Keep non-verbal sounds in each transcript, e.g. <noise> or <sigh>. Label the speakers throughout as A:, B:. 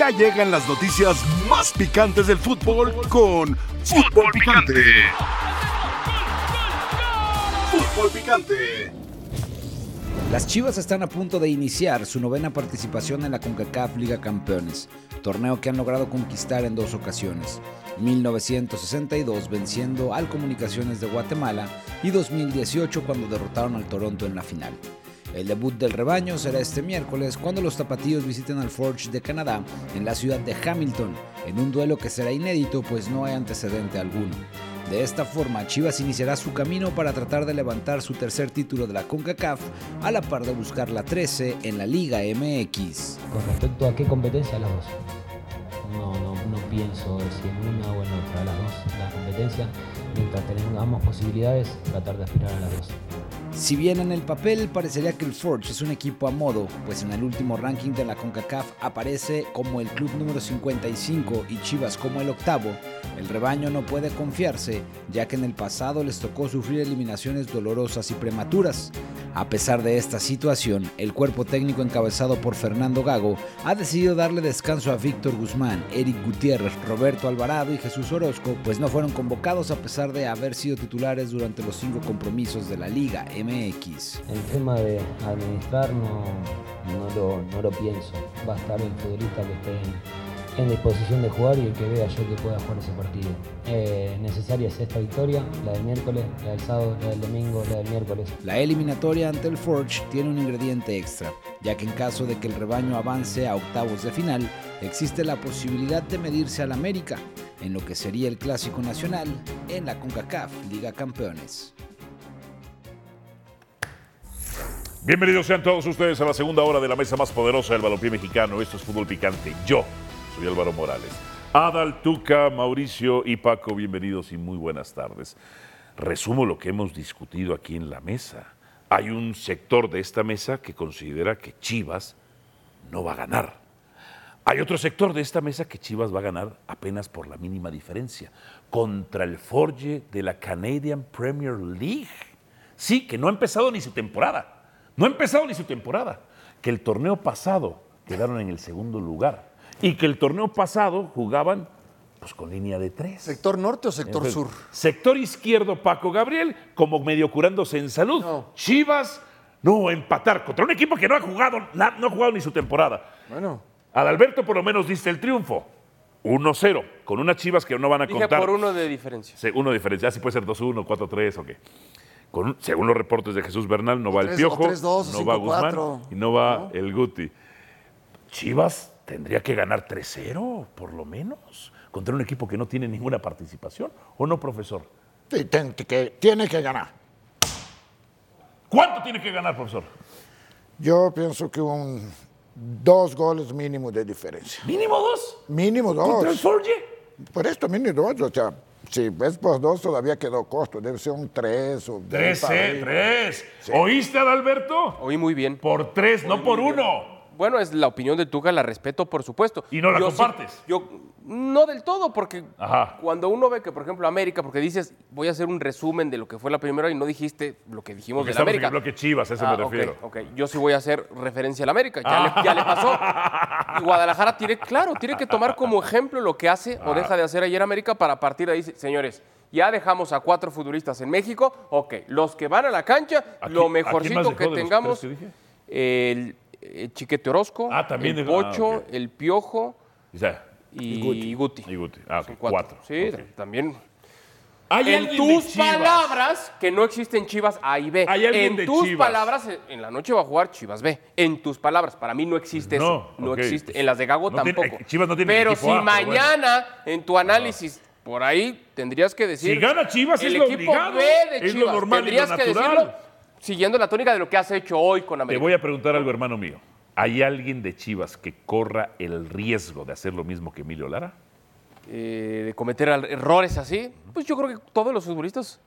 A: Ya llegan las noticias más picantes del fútbol con Fútbol Picante. Fútbol Picante.
B: Las Chivas están a punto de iniciar su novena participación en la CONCACAF Liga Campeones, torneo que han logrado conquistar en dos ocasiones, 1962 venciendo al Comunicaciones de Guatemala y 2018 cuando derrotaron al Toronto en la final. El debut del rebaño será este miércoles cuando los tapatíos visiten al Forge de Canadá en la ciudad de Hamilton, en un duelo que será inédito pues no hay antecedente alguno. De esta forma, Chivas iniciará su camino para tratar de levantar su tercer título de la CONCACAF a la par de buscar la 13 en la Liga MX.
C: Con respecto a qué competencia, las dos. No, no, no pienso si en una o en otra, las dos, la competencia. Mientras tengamos posibilidades, tratar de aspirar a las dos.
B: Si bien en el papel parecería que el Forge es un equipo a modo, pues en el último ranking de la CONCACAF aparece como el club número 55 y Chivas como el octavo, el rebaño no puede confiarse, ya que en el pasado les tocó sufrir eliminaciones dolorosas y prematuras. A pesar de esta situación, el cuerpo técnico encabezado por Fernando Gago ha decidido darle descanso a Víctor Guzmán, Eric Gutiérrez, Roberto Alvarado y Jesús Orozco, pues no fueron convocados a pesar de haber sido titulares durante los cinco compromisos de la Liga MX.
C: El tema de administrar no, no, lo, no lo pienso. Va a estar el futbolista que esté en, en disposición de jugar y el que vea yo que pueda jugar ese partido. Eh, necesaria es esta victoria, la del miércoles, la del sábado, la del domingo, la del miércoles.
B: La eliminatoria ante el Forge tiene un ingrediente extra, ya que en caso de que el rebaño avance a octavos de final, existe la posibilidad de medirse al América, en lo que sería el Clásico Nacional en la CONCACAF Liga Campeones.
D: Bienvenidos sean todos ustedes a la segunda hora de la mesa más poderosa del balompié mexicano. Esto es Fútbol Picante. Yo soy Álvaro Morales. Adal, Tuca, Mauricio y Paco, bienvenidos y muy buenas tardes. Resumo lo que hemos discutido aquí en la mesa. Hay un sector de esta mesa que considera que Chivas no va a ganar. Hay otro sector de esta mesa que Chivas va a ganar apenas por la mínima diferencia contra el Forge de la Canadian Premier League. Sí, que no ha empezado ni su temporada. No ha empezado ni su temporada. Que el torneo pasado quedaron en el segundo lugar. Y que el torneo pasado jugaban pues, con línea de tres.
E: ¿Sector norte o sector
D: Entonces,
E: sur?
D: Sector izquierdo, Paco Gabriel, como medio curándose en salud.
E: No.
D: Chivas, no, empatar contra un equipo que no ha jugado, na- no ha jugado ni su temporada.
E: Bueno,
D: Adalberto por lo menos diste el triunfo. 1-0, con unas chivas que no van a
F: Dije
D: contar.
F: por uno de diferencia.
D: Se- Uno de diferencia, así puede ser 2-1, 4-3 o qué. Con, según los reportes de Jesús Bernal, no va el
E: tres- o
D: Piojo,
E: 3-2 o
D: no va
E: 5-4,
D: Guzmán y no va
E: ¿no?
D: el Guti. Chivas tendría que ganar 3-0, por lo menos, contra un equipo que no tiene ninguna participación, ¿o no, profesor?
G: Sí, ten- que tiene que ganar.
D: ¿Cuánto tiene que ganar, profesor?
G: Yo pienso que un dos goles mínimo de diferencia.
D: ¿Mínimo dos?
G: Mínimo
D: ¿Contra el
G: dos.
D: Forge?
G: Por esto mínimo dos, o sea, si ves por dos todavía quedó costo, debe ser un tres o
D: Tres,
G: por ahí.
D: eh, tres. ¿Oíste, Adalberto?
F: Oí muy bien.
D: Por tres, no por uno.
F: Bueno, es la opinión de Tuca, la respeto, por supuesto.
D: ¿Y no la
F: sí-
D: compartes?
F: yo no del todo, porque
D: Ajá.
F: cuando uno ve que, por ejemplo, América, porque dices, voy a hacer un resumen de lo que fue la primera y no dijiste lo que dijimos
D: Porque
F: de la
D: estamos en
F: América.
D: el bloque Chivas, a eso
F: Ah,
D: me
F: ok,
D: refiero.
F: Ok, yo sí voy a hacer referencia al América, ya, le,
D: <laughs>
F: ya le pasó. Y Guadalajara tiene, claro, tiene que tomar como ejemplo lo que hace
D: Ah.
F: o deja de hacer ayer América para a partir de ahí, señores. Ya dejamos a cuatro futbolistas en México. Ok, los que van a la cancha,
D: ¿A quién- a
F: lo
D: quién más
F: mejorcito
D: dejó
F: que
D: de los
F: tengamos.
D: tres que dije?
F: El, eh, Chiquete Orozco,
D: Ah, también
F: el
D: dejó- ah,
F: Pocho,
D: ok.
F: el Piojo
D: O sea,
F: y,
D: y
F: Guti.
D: Y Guti. Ah,
F: Son
D: ok, cuatro.
F: Sí,
D: Ok.
F: también.
D: Hay
F: En
D: alguien de
F: tus
D: Chivas.
F: palabras, que no existen Chivas A y B.
D: Hay alguien
F: en
D: de
F: tus
D: Chivas.
F: palabras, eh, en la noche va a jugar Chivas B. En tus palabras, para mí no existe eso. No
D: ok. pues,
F: existe. En las de Gago
D: No tiene-
F: tampoco.
D: eh, Chivas no tiene
F: pero
D: equipo
F: si
D: A, pero bueno.
F: mañana, en tu análisis, por ahí tendrías que decir.
D: Si gana Chivas,
F: el
D: es lo
F: equipo
D: obligado,
F: B de
D: es lo
F: Chivas.
D: normal y lo
F: tendrías que
D: natural.
F: decirlo siguiendo la tónica de lo que has hecho hoy con
D: Te
F: América.
D: voy a preguntar algo, hermano mío. ¿Hay alguien de Chivas que corra el riesgo de hacer lo mismo que Emilio Lara?
F: Eh, de cometer al- errores así. Pues yo creo que todos los futbolistas,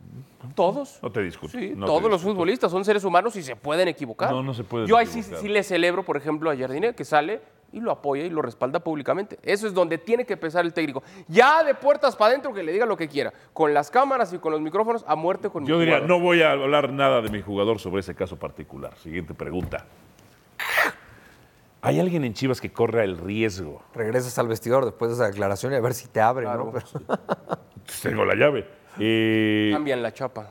F: todos.
D: No te discuto.
F: Sí,
D: no te
F: todos los
D: discuto.
F: futbolistas son seres humanos y se pueden equivocar.
D: No, no se pueden
F: Yo ahí sí,
D: equivocar.
F: sí le celebro, por ejemplo, a Jardine que sale y lo apoya y lo respalda públicamente. Eso es donde tiene que pesar el técnico. Ya de puertas para adentro que le diga lo que quiera. Con las cámaras y con los micrófonos a muerte con mi
D: Yo diría,
F: jugador.
D: no voy a hablar nada de mi jugador sobre ese caso particular. Siguiente pregunta. Hay alguien en Chivas que corra el riesgo.
E: Regresas al vestidor después de esa declaración y a ver si te abre, ¿no? Pero-
D: Pues Tengo la llave. Eh,
F: Cambian la chapa.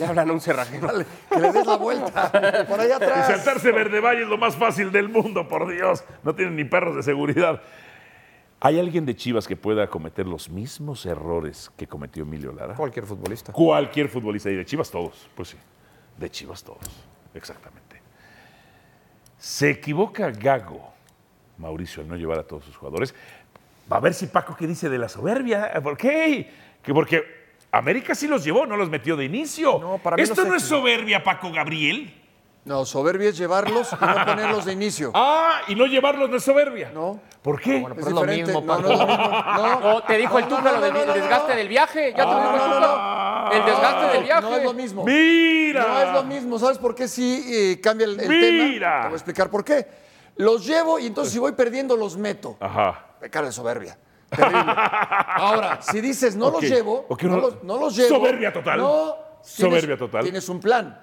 F: Le hablan a un
H: <laughs>
F: cerrajero.
E: que le des la vuelta. Por allá
D: Y
E: atrás.
D: saltarse Verde Valle es lo más fácil del mundo, por Dios. No tienen ni perros de seguridad. ¿Hay alguien de Chivas que pueda cometer los mismos errores que cometió Emilio Lara?
E: Cualquier futbolista.
D: Cualquier futbolista. Y de Chivas todos. Pues sí. De Chivas todos. Exactamente. Se equivoca Gago, Mauricio, al no llevar a todos sus jugadores. Va a ver si Paco qué dice de la soberbia. ¿Por qué? Que porque América sí los llevó, no los metió de inicio.
H: No, para mí no
D: Esto
H: se
D: no es
H: equivocó.
D: soberbia, Paco Gabriel.
H: No, soberbia es llevarlos y no ponerlos de inicio.
D: Ah, y no llevarlos no es soberbia.
H: No.
D: ¿Por qué?
E: pero es lo
H: diferente.
E: mismo,
H: No, no es lo mismo. No,
F: No, te dijo el
H: no, no,
F: Tuca
H: no,
F: lo del
H: no, no, no,
F: desgaste
H: no.
F: del viaje. Ya te lo dijo el
H: no, no,
F: Tuca. El desgaste del viaje.
H: No es lo mismo.
D: ¡Mira!
H: No es lo mismo. ¿Sabes por qué sí eh, cambia el, el
D: Mira.
H: tema? Te voy a explicar por qué. Los llevo y entonces si voy perdiendo los meto.
D: Ajá.
H: Cara de soberbia.
D: <laughs>
H: Terrible. Ahora, si dices no
D: Ok,
H: los llevo,
D: ok,
H: no,
D: no-
H: los, no los llevo.
D: Soberbia total.
H: No.
D: Soberbia total.
H: Tienes un plan.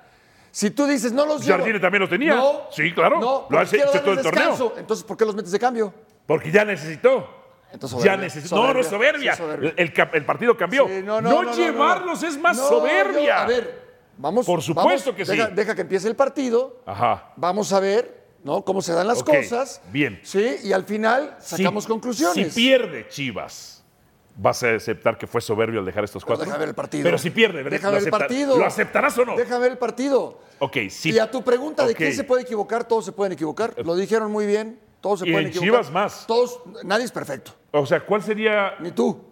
H: Si tú dices no los llevo.
D: Jardine también los tenía.
H: No.
D: Sí, claro.
H: No,
D: Lo ha
H: porque quiero
D: hecho todo el
H: darles
D: torneo.
H: descanso. Entonces, ¿por qué los metes de cambio?
D: Porque ya necesitó.
H: Entonces,
D: ya
H: soberbia.
D: necesitó. No, no es soberbia.
H: Soberbia, sí, soberbia.
D: El, cap- el partido cambió.
H: Sí,
D: no,
H: no,
D: llevarlos
H: no.
D: es más
H: No,
D: soberbia.
H: yo- a ver, vamos.
D: Por supuesto
H: vamos,
D: que sí.
H: deja, Deja que empiece el partido.
D: Ajá.
H: Vamos a ver, ¿no? Cómo se dan las
D: Ok,
H: cosas.
D: bien.
H: Sí, y al final sacamos
D: Si-
H: conclusiones.
D: Si pierde Chivas, vas a aceptar que fue soberbio al dejar estos
H: Pero
D: cuatro.
H: deja Pues ver el partido.
D: Pero si pierde, ¿verdad?
H: deja
D: ¿Lo
H: ver el
D: acepta-
H: partido.
D: ¿Lo aceptarás o no?
H: Deja ver el partido.
D: Ok, sí.
H: Y a tu pregunta de
D: Ok. Eh,
H: quién se puede equivocar, todos se pueden equivocar. Lo dijeron muy bien. Todos se
D: Y
H: pueden
D: en
H: equivocar.
D: Chivas más.
H: Todos, nadie es perfecto.
D: O sea, ¿cuál sería
H: Ni tú.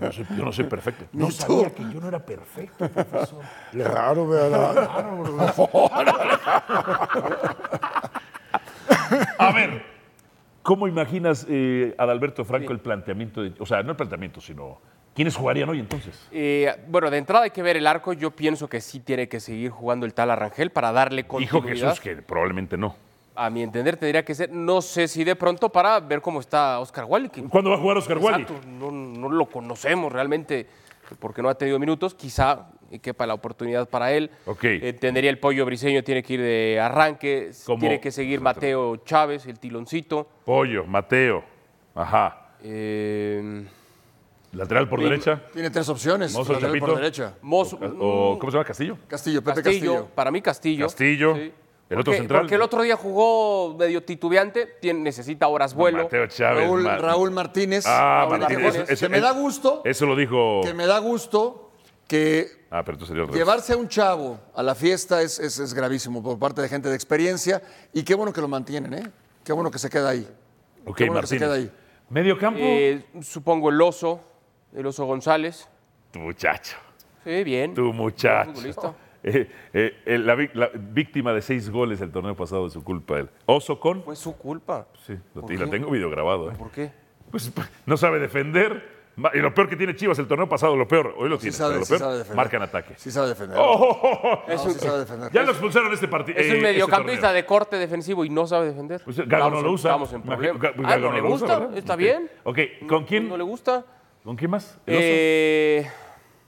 D: No soy- yo no soy perfecto.
H: Ni
D: No
H: tú.
D: sabía que yo no era perfecto,
G: <laughs>
D: profesor.
G: Claro, ¿verdad? <laughs>
D: <laughs> A ver, ¿cómo imaginas eh, a Adalberto Franco el planteamiento? de- o sea, no el planteamiento, sino quiénes jugarían hoy entonces.
F: Eh, bueno, de entrada hay que ver el arco. Yo pienso que sí tiene que seguir jugando el tal Arrangel para darle
D: Dijo
F: continuidad.
D: Jesús que probablemente no.
F: A mi entender tendría que ser, no sé si de pronto para ver cómo está Oscar Wally. que-
D: ¿Cuándo va a jugar Oscar Wally?
F: Exacto, no, no lo conocemos realmente porque no ha tenido minutos. Quizá quepa la oportunidad para él.
D: Ok.
F: Entendería el pollo briseño, tiene que ir de arranque.
D: Como-
F: Tiene que seguir Mateo Chávez, el tiloncito.
D: Pollo, Mateo, ajá.
F: Eh,
D: Lateral por derecha.
H: Tiene tres opciones.
D: Mozo,
H: lateral
D: Chapito.
H: por derecha.
F: Mozo-
D: O, ¿Cómo se llama? Castillo.
H: Castillo, Pepe
F: Castillo,
H: Castillo.
F: para mí Castillo.
D: Castillo, el
F: Porque-
D: otro central.
F: Porque el otro día jugó medio titubeante, tiene- necesita horas vuelo.
D: Mateo Chávez.
H: Raúl,
D: Ma-
H: Raúl Martínez.
D: Ah,
H: Raúl
D: Martínez,
H: Martínez,
D: eso- eso-
H: que me
D: eso-
H: da gusto.
D: Eso lo dijo.
H: que me da gusto que
D: Ah, pero tú serías el revés.
H: llevarse a un chavo a la fiesta es, es- es gravísimo por parte de gente de experiencia y qué bueno que lo mantienen, ¿eh? Qué bueno que se queda ahí.
D: Ok,
H: qué bueno que se
D: Martínez.
H: queda ahí.
D: Medio campo.
F: Eh, supongo el oso, el oso González.
D: tu muchacho.
F: Sí, bien.
D: Tu muchacho.
F: futbolista.
D: <laughs> Eh, eh, eh, la, vic- la víctima de seis goles el torneo pasado de su culpa. él. Oso con.
F: Fue su culpa.
D: Sí, lo- y la tengo videograbado. ¿eh?
F: ¿Por qué?
D: Pues pa- no sabe defender. Ma- Y lo peor que tiene Chivas el torneo pasado, lo peor. Hoy lo
H: Sí
D: tiene.
H: sabe,
D: pero lo
H: sí
D: peor,
H: sabe defender.
D: marcan ataque.
H: Sí sabe defender.
D: <laughs> Oh, oh, oh, oh.
H: No, sí sabe defender.
D: Ya lo expulsaron este partido.
F: Es un mediocampista de corte defensivo y no sabe defender.
D: Pues, Gago
F: Estamos
D: no
F: en-
D: lo usa.
F: Estamos en
D: Imagino-
F: problema.
D: Ga-
F: Ah,
D: Gago
F: no le
D: lo usa,
F: gusta,
D: ¿verdad?
F: está
D: Ok.
F: bien.
D: Ok, ¿con quién?
F: No le gusta.
D: ¿Con quién más? ¿El oso?
F: Eh,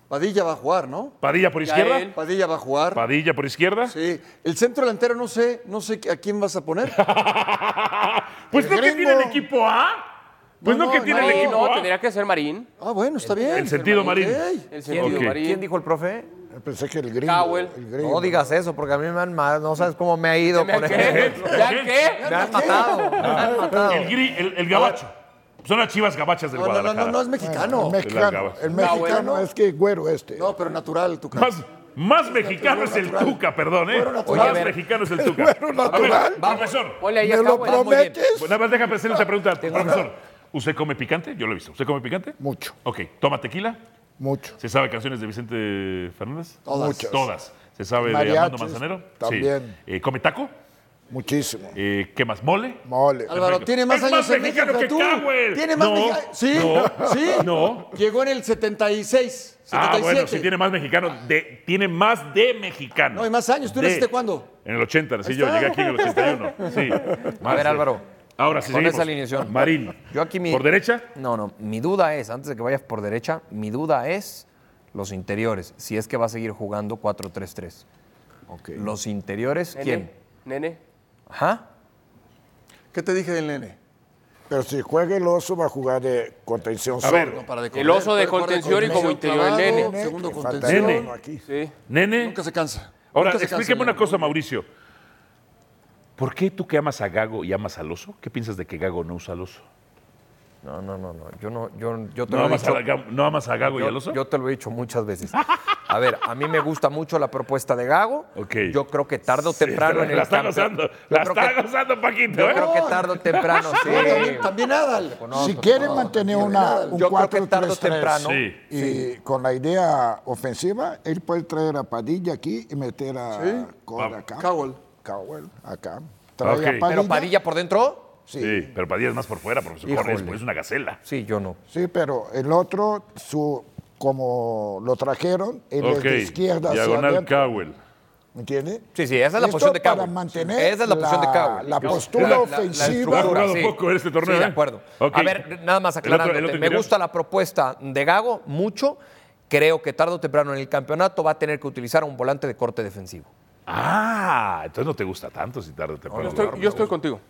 H: Padilla va a jugar, ¿no?
D: Padilla por
F: él.
D: izquierda.
H: Padilla va a jugar.
D: Padilla por izquierda.
H: Sí. El centro delantero no sé, no sé a quién vas a poner.
D: <laughs> Pues
H: El
D: no que
H: gringo.
D: tiene el equipo A. Pues
H: No,
D: no que
H: no,
D: tiene el
F: Marín,
D: equipo
F: no,
D: A.
F: tendría que ser
H: <laughs>
F: Marín.
H: Ah, bueno, está bien.
D: El sentido marín.
H: Ok.
F: El
E: ¿Quién,
F: sentido
E: dijo-
F: Marín.
E: <laughs> quién dijo el profe?
G: Pensé que el gringo.
F: Cowell.
G: El gringo.
E: No digas eso, porque a mí me han ma- no sabes cómo me ha ido
F: ¿Ya
E: con él.
F: qué? ¿Ya qué?
E: Me han <laughs> matado, me han matado.
D: Ah, El, gri- el- el gabacho. Son las chivas gabachas del
H: No, no, no,
D: Guadalajara.
H: no, no es mexicano.
G: El
D: El
G: mexicano,
D: Gabas.
G: el mexicano
F: bueno.
G: es que güero este.
H: No, pero natural, tu cara.
D: Más, más mexicano es el Tuca, perdón, ¿eh?
H: Fuero natural.
D: Más
E: Oye, a ver.
D: mexicano es el Tuca.
G: Fuero natural.
D: A ver, profesor.
F: Ponle ahí
G: ¿Me
F: acá,
G: lo
F: güey. Muy bien.
G: prometes?
D: Nada más déjame hacerle esa pregunta. Profesor, ¿usted come picante? Yo lo he visto. ¿Usted come picante?
G: Mucho,
D: Ok, ¿toma tequila?
G: mucho.
D: ¿Se sabe canciones de Vicente Fernández?
H: Todas.
G: Muchas.
D: Todas. ¿Se sabe de
G: Mariachis,
D: Armando Manzanero? Sí.
G: también.
D: Eh, ¿Come taco?
G: Muchísimo.
D: Eh, ¿Qué más? ¿Mole?
G: Mole.
H: Álvaro,
D: Perfecto.
H: tiene más
D: Es
H: años
D: más
H: en
D: mexicano
H: México que,
D: que
H: tú.
D: Cowell.
H: Tiene más
D: No,
H: mexicanos. Sí,
D: no,
H: sí.
D: no.
H: Llegó en el 76, 77.
D: Ah, bueno, sí tiene más mexicanos. de- tiene más de mexicanos.
H: No, y más años. ¿Tú
D: De-
H: naciste cuándo?
D: En el 80, nací
H: Ahí
D: yo.
H: está.
D: Llegué aquí en el 81. Sí.
E: A
D: Más
E: ver,
D: de-
E: Álvaro.
D: Ahora sí,
E: Con
D: seguimos.
E: esa alineación.
D: Marín.
E: Yo aquí mi-
D: ¿Por derecha?
E: No, no, mi duda es, antes de que vayas por derecha, mi duda es los interiores, si es que va a seguir jugando 4-3-3. Los interiores,
F: Nene,
E: ¿quién?
F: Nene.
E: Ajá.
H: ¿Qué te dije del nene?
G: Pero si juega el oso, va a jugar de contención
D: A ver,
H: No, para
F: El oso de
H: puede jugar
F: contención y como interior el
H: clavado,
F: nene.
H: Segundo
G: Le falta
H: contención.
D: Nene.
G: uno aquí.
F: Sí.
D: Nene.
H: Nunca se cansa.
D: Ahora,
H: Nunca se cansa,
D: explíqueme
H: nene.
D: una cosa, Mauricio. ¿Por qué tú que amas a Gago y amas al oso? ¿Qué piensas de que Gago no usa al oso?
E: No, no, no, no. Yo no, yo, yo te
D: ¿No
E: lo he
D: amas,
E: dicho.
D: a, Gago- no amas a Gago y al
E: Yo,
D: oso?
E: yo te lo he dicho muchas veces. A ver, a mí me gusta mucho la propuesta de Gago.
D: Ok.
E: Yo creo que tarde o temprano en el
D: la está
E: campe-
D: gozando,
E: Yo
D: la
E: creo
D: está
E: que-
D: gozando, Paquito.
E: Yo
D: ¿eh?
E: creo que tarde o
G: <laughs>
E: temprano, sí.
H: No, también, también Adal.
G: si quieren mantener una, un
E: Yo creo que tarde o
G: 4-3-3
E: temprano.
D: Sí.
G: y con la idea ofensiva, él puede traer a Padilla aquí y meter a Cole
D: Va-
G: acá.
H: Cowell.
G: Cowell, acá. Trae
D: Ok.
G: a
D: Pero
G: Padilla.
E: Pero Padilla por dentro,
G: Sí.
D: Sí, pero Padilla es más por fuera, profesor.
E: Híjole.
D: Corre, es, es una gacela.
E: sí, yo no.
G: Sí, pero el otro, su, como lo trajeron, él es
D: Ok,
G: de izquierda hacia
D: Diagonal
G: adentro.
D: Cowell.
G: ¿Me entiendes?
E: Sí, sí, esa es la
G: Esto
E: posición de Cabo.
G: Para mantener
E: Esa es la posición de Cabo.
G: La postura ofensiva.
D: Ha jugado poco en este torneo,
E: Sí, de
D: ¿eh?
E: acuerdo.
D: Ok.
E: A ver, nada más
D: El otro- el
E: aclarándote.
D: otro
E: Me
D: interior.
E: gusta la propuesta de Gago mucho. Creo que tarde o temprano en el campeonato va a tener que utilizar un volante de corte defensivo.
D: Ah, entonces no te gusta tanto si tarde o temprano.
F: Yo estoy, yo estoy contigo.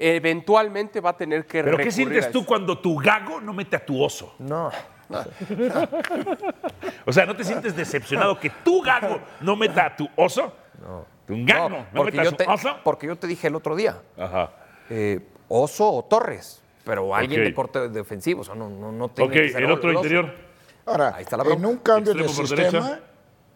F: Eventualmente va a tener que
D: ¿Pero
F: recurrir
D: qué
F: a
D: sientes tú
F: eso.
D: cuando tu gago no mete a tu oso?
E: No.
D: O sea, ¿no te sientes decepcionado que tu gago no meta a tu oso? No. Un gago no,
E: porque,
D: meta a
E: yo
D: su
E: te,
D: oso.
E: porque yo te dije el otro día,
D: Ajá.
E: eh, Oso o Torres, pero alguien
D: Ok.
E: de corte defensivo. O sea, no, no, no tiene
D: Ok,
E: que ser
D: el
E: o-
D: otro
E: Oso.
D: interior.
G: Ahora,
E: Ahí está la
G: en
E: bronca.
G: un cambio de
D: Extremo por
G: sistema,
D: derecha.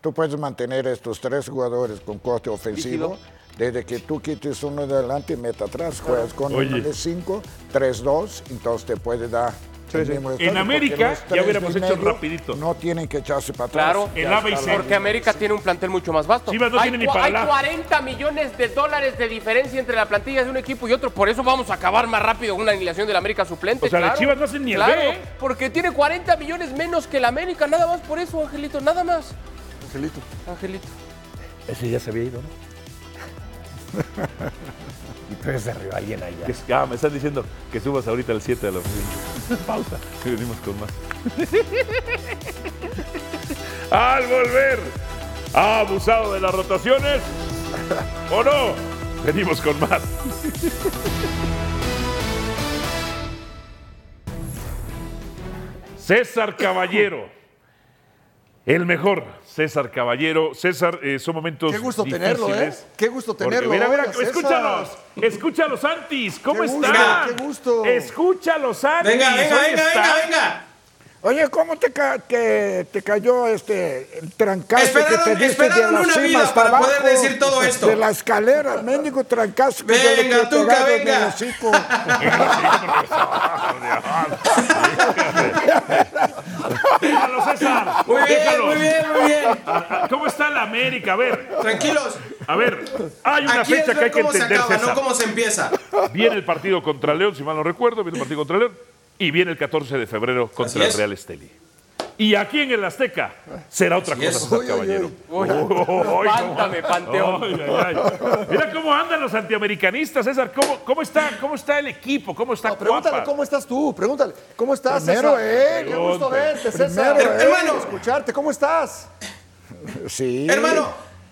G: tú puedes mantener estos tres jugadores con corte ofensivo. Desde que tú quites uno de adelante y meta atrás, juegas con
D: Oye.
G: uno de cinco, tres, dos, entonces te puede dar. el mismo resultado, porque
D: América
G: los
D: ya
G: tres
D: hubiéramos
G: y
D: hecho
G: medio
D: rapidito.
G: No tienen que echarse para atrás.
F: Claro,
D: El A, B y C.
F: porque América tiene un plantel mucho más vasto.
D: Chivas no
F: hay,
D: tiene ni
F: cua-
D: para
F: hay
D: la-
F: 40 millones de dólares de diferencia entre la plantilla de un equipo y otro. Por eso vamos a acabar más rápido con una alineación del América suplente.
D: O sea, de
F: claro.
D: Chivas no hacen ni el
F: Claro,
D: B, ¿eh?
F: porque tiene 40 millones menos que el América. Nada más por eso, Angelito, nada más.
H: Angelito.
F: Angelito.
E: Ese ya se había ido, ¿no? <laughs> y tú eres de arriba, alguien allá.
D: Que- Ah, me están diciendo que subas ahorita al 7 de
E: <laughs>
D: la oficina. Pausa. Que venimos con más. <laughs> al volver, ¿ha abusado de las rotaciones? ¿O no? Venimos con más. César Caballero. El mejor, César Caballero. César, eh, son momentos
H: Qué gusto
D: difíciles.
H: tenerlo, ¿eh? Qué gusto
D: Porque
H: tenerlo.
D: mira, mira,
H: Oiga, César.
D: escúchalos, escúchalos, Santis. ¿Cómo
H: Qué gusto,
D: están?
H: qué gusto.
D: Escúchalos, Santis.
I: Venga, venga,
D: hoy
I: venga,
D: están.
I: venga, venga.
G: Oye, ¿cómo te, ca- te, te cayó este el trancazo que te
I: Esperaron-
G: diste
I: esperaron
G: de las
I: una
G: cimas
I: vida
G: para
I: para poder
G: abajo,
I: decir todo esto.
G: De la escalera,
I: <laughs>
G: mendigo trancazo que yo le quiero
I: Venga, Tuca,
G: pegar en
I: venga.
G: el hocico.
D: Déjalo, César.
I: Muy bien,
D: Déjalo.
I: muy bien, muy bien.
D: ¿Cómo está la América? A ver,
I: Tranquilos.
D: a ver. Hay una
I: Aquí es
D: fecha que hay
I: ver
D: que
I: cómo se
D: entender,
I: acaba, no
D: César.
I: cómo se empieza.
D: Viene el partido contra León, si mal no recuerdo, viene el partido contra León. Y viene el 14 de febrero
I: Así
D: contra el
I: es.
D: Real Esteli. Y aquí en el Azteca será otra cosa,
I: es.
D: César
H: Uy, uy,
D: Caballero.
F: Uy, <laughs>
D: Uy,
F: espántame, Panteón.
D: Ay, ay, ay. Mira cómo andan los antiamericanistas, César. ¿Cómo, cómo está, ¿Cómo está el equipo? ¿Cómo está
H: No, pregúntale
D: Cuapa?
H: cómo estás tú, pregúntale. ¿Cómo estás,
G: Primero
H: César?
G: él.
H: Qué gusto verte, César.
G: Primero
H: Qué gusto
I: él.
H: escucharte. ¿Cómo estás?
G: Sí.
I: Hermano,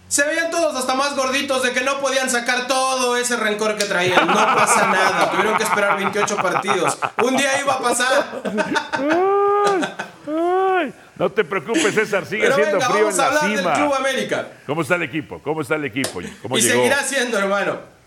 I: se veían todos hasta más gorditos de que no podían sacar todo ese rencor que traían. No pasa nada. Tuvieron que esperar 28 partidos. Un día iba a pasar.
D: Ay, no te preocupes, César. Sigue
I: Pero
D: haciendo
I: venga,
D: frío en
I: vamos a
D: la
I: hablar del
D: cima.
I: Club América.
D: ¿Cómo está el equipo? ¿Cómo está el equipo? ¿Cómo
I: y
D: llegó?
I: seguirá siendo, hermano.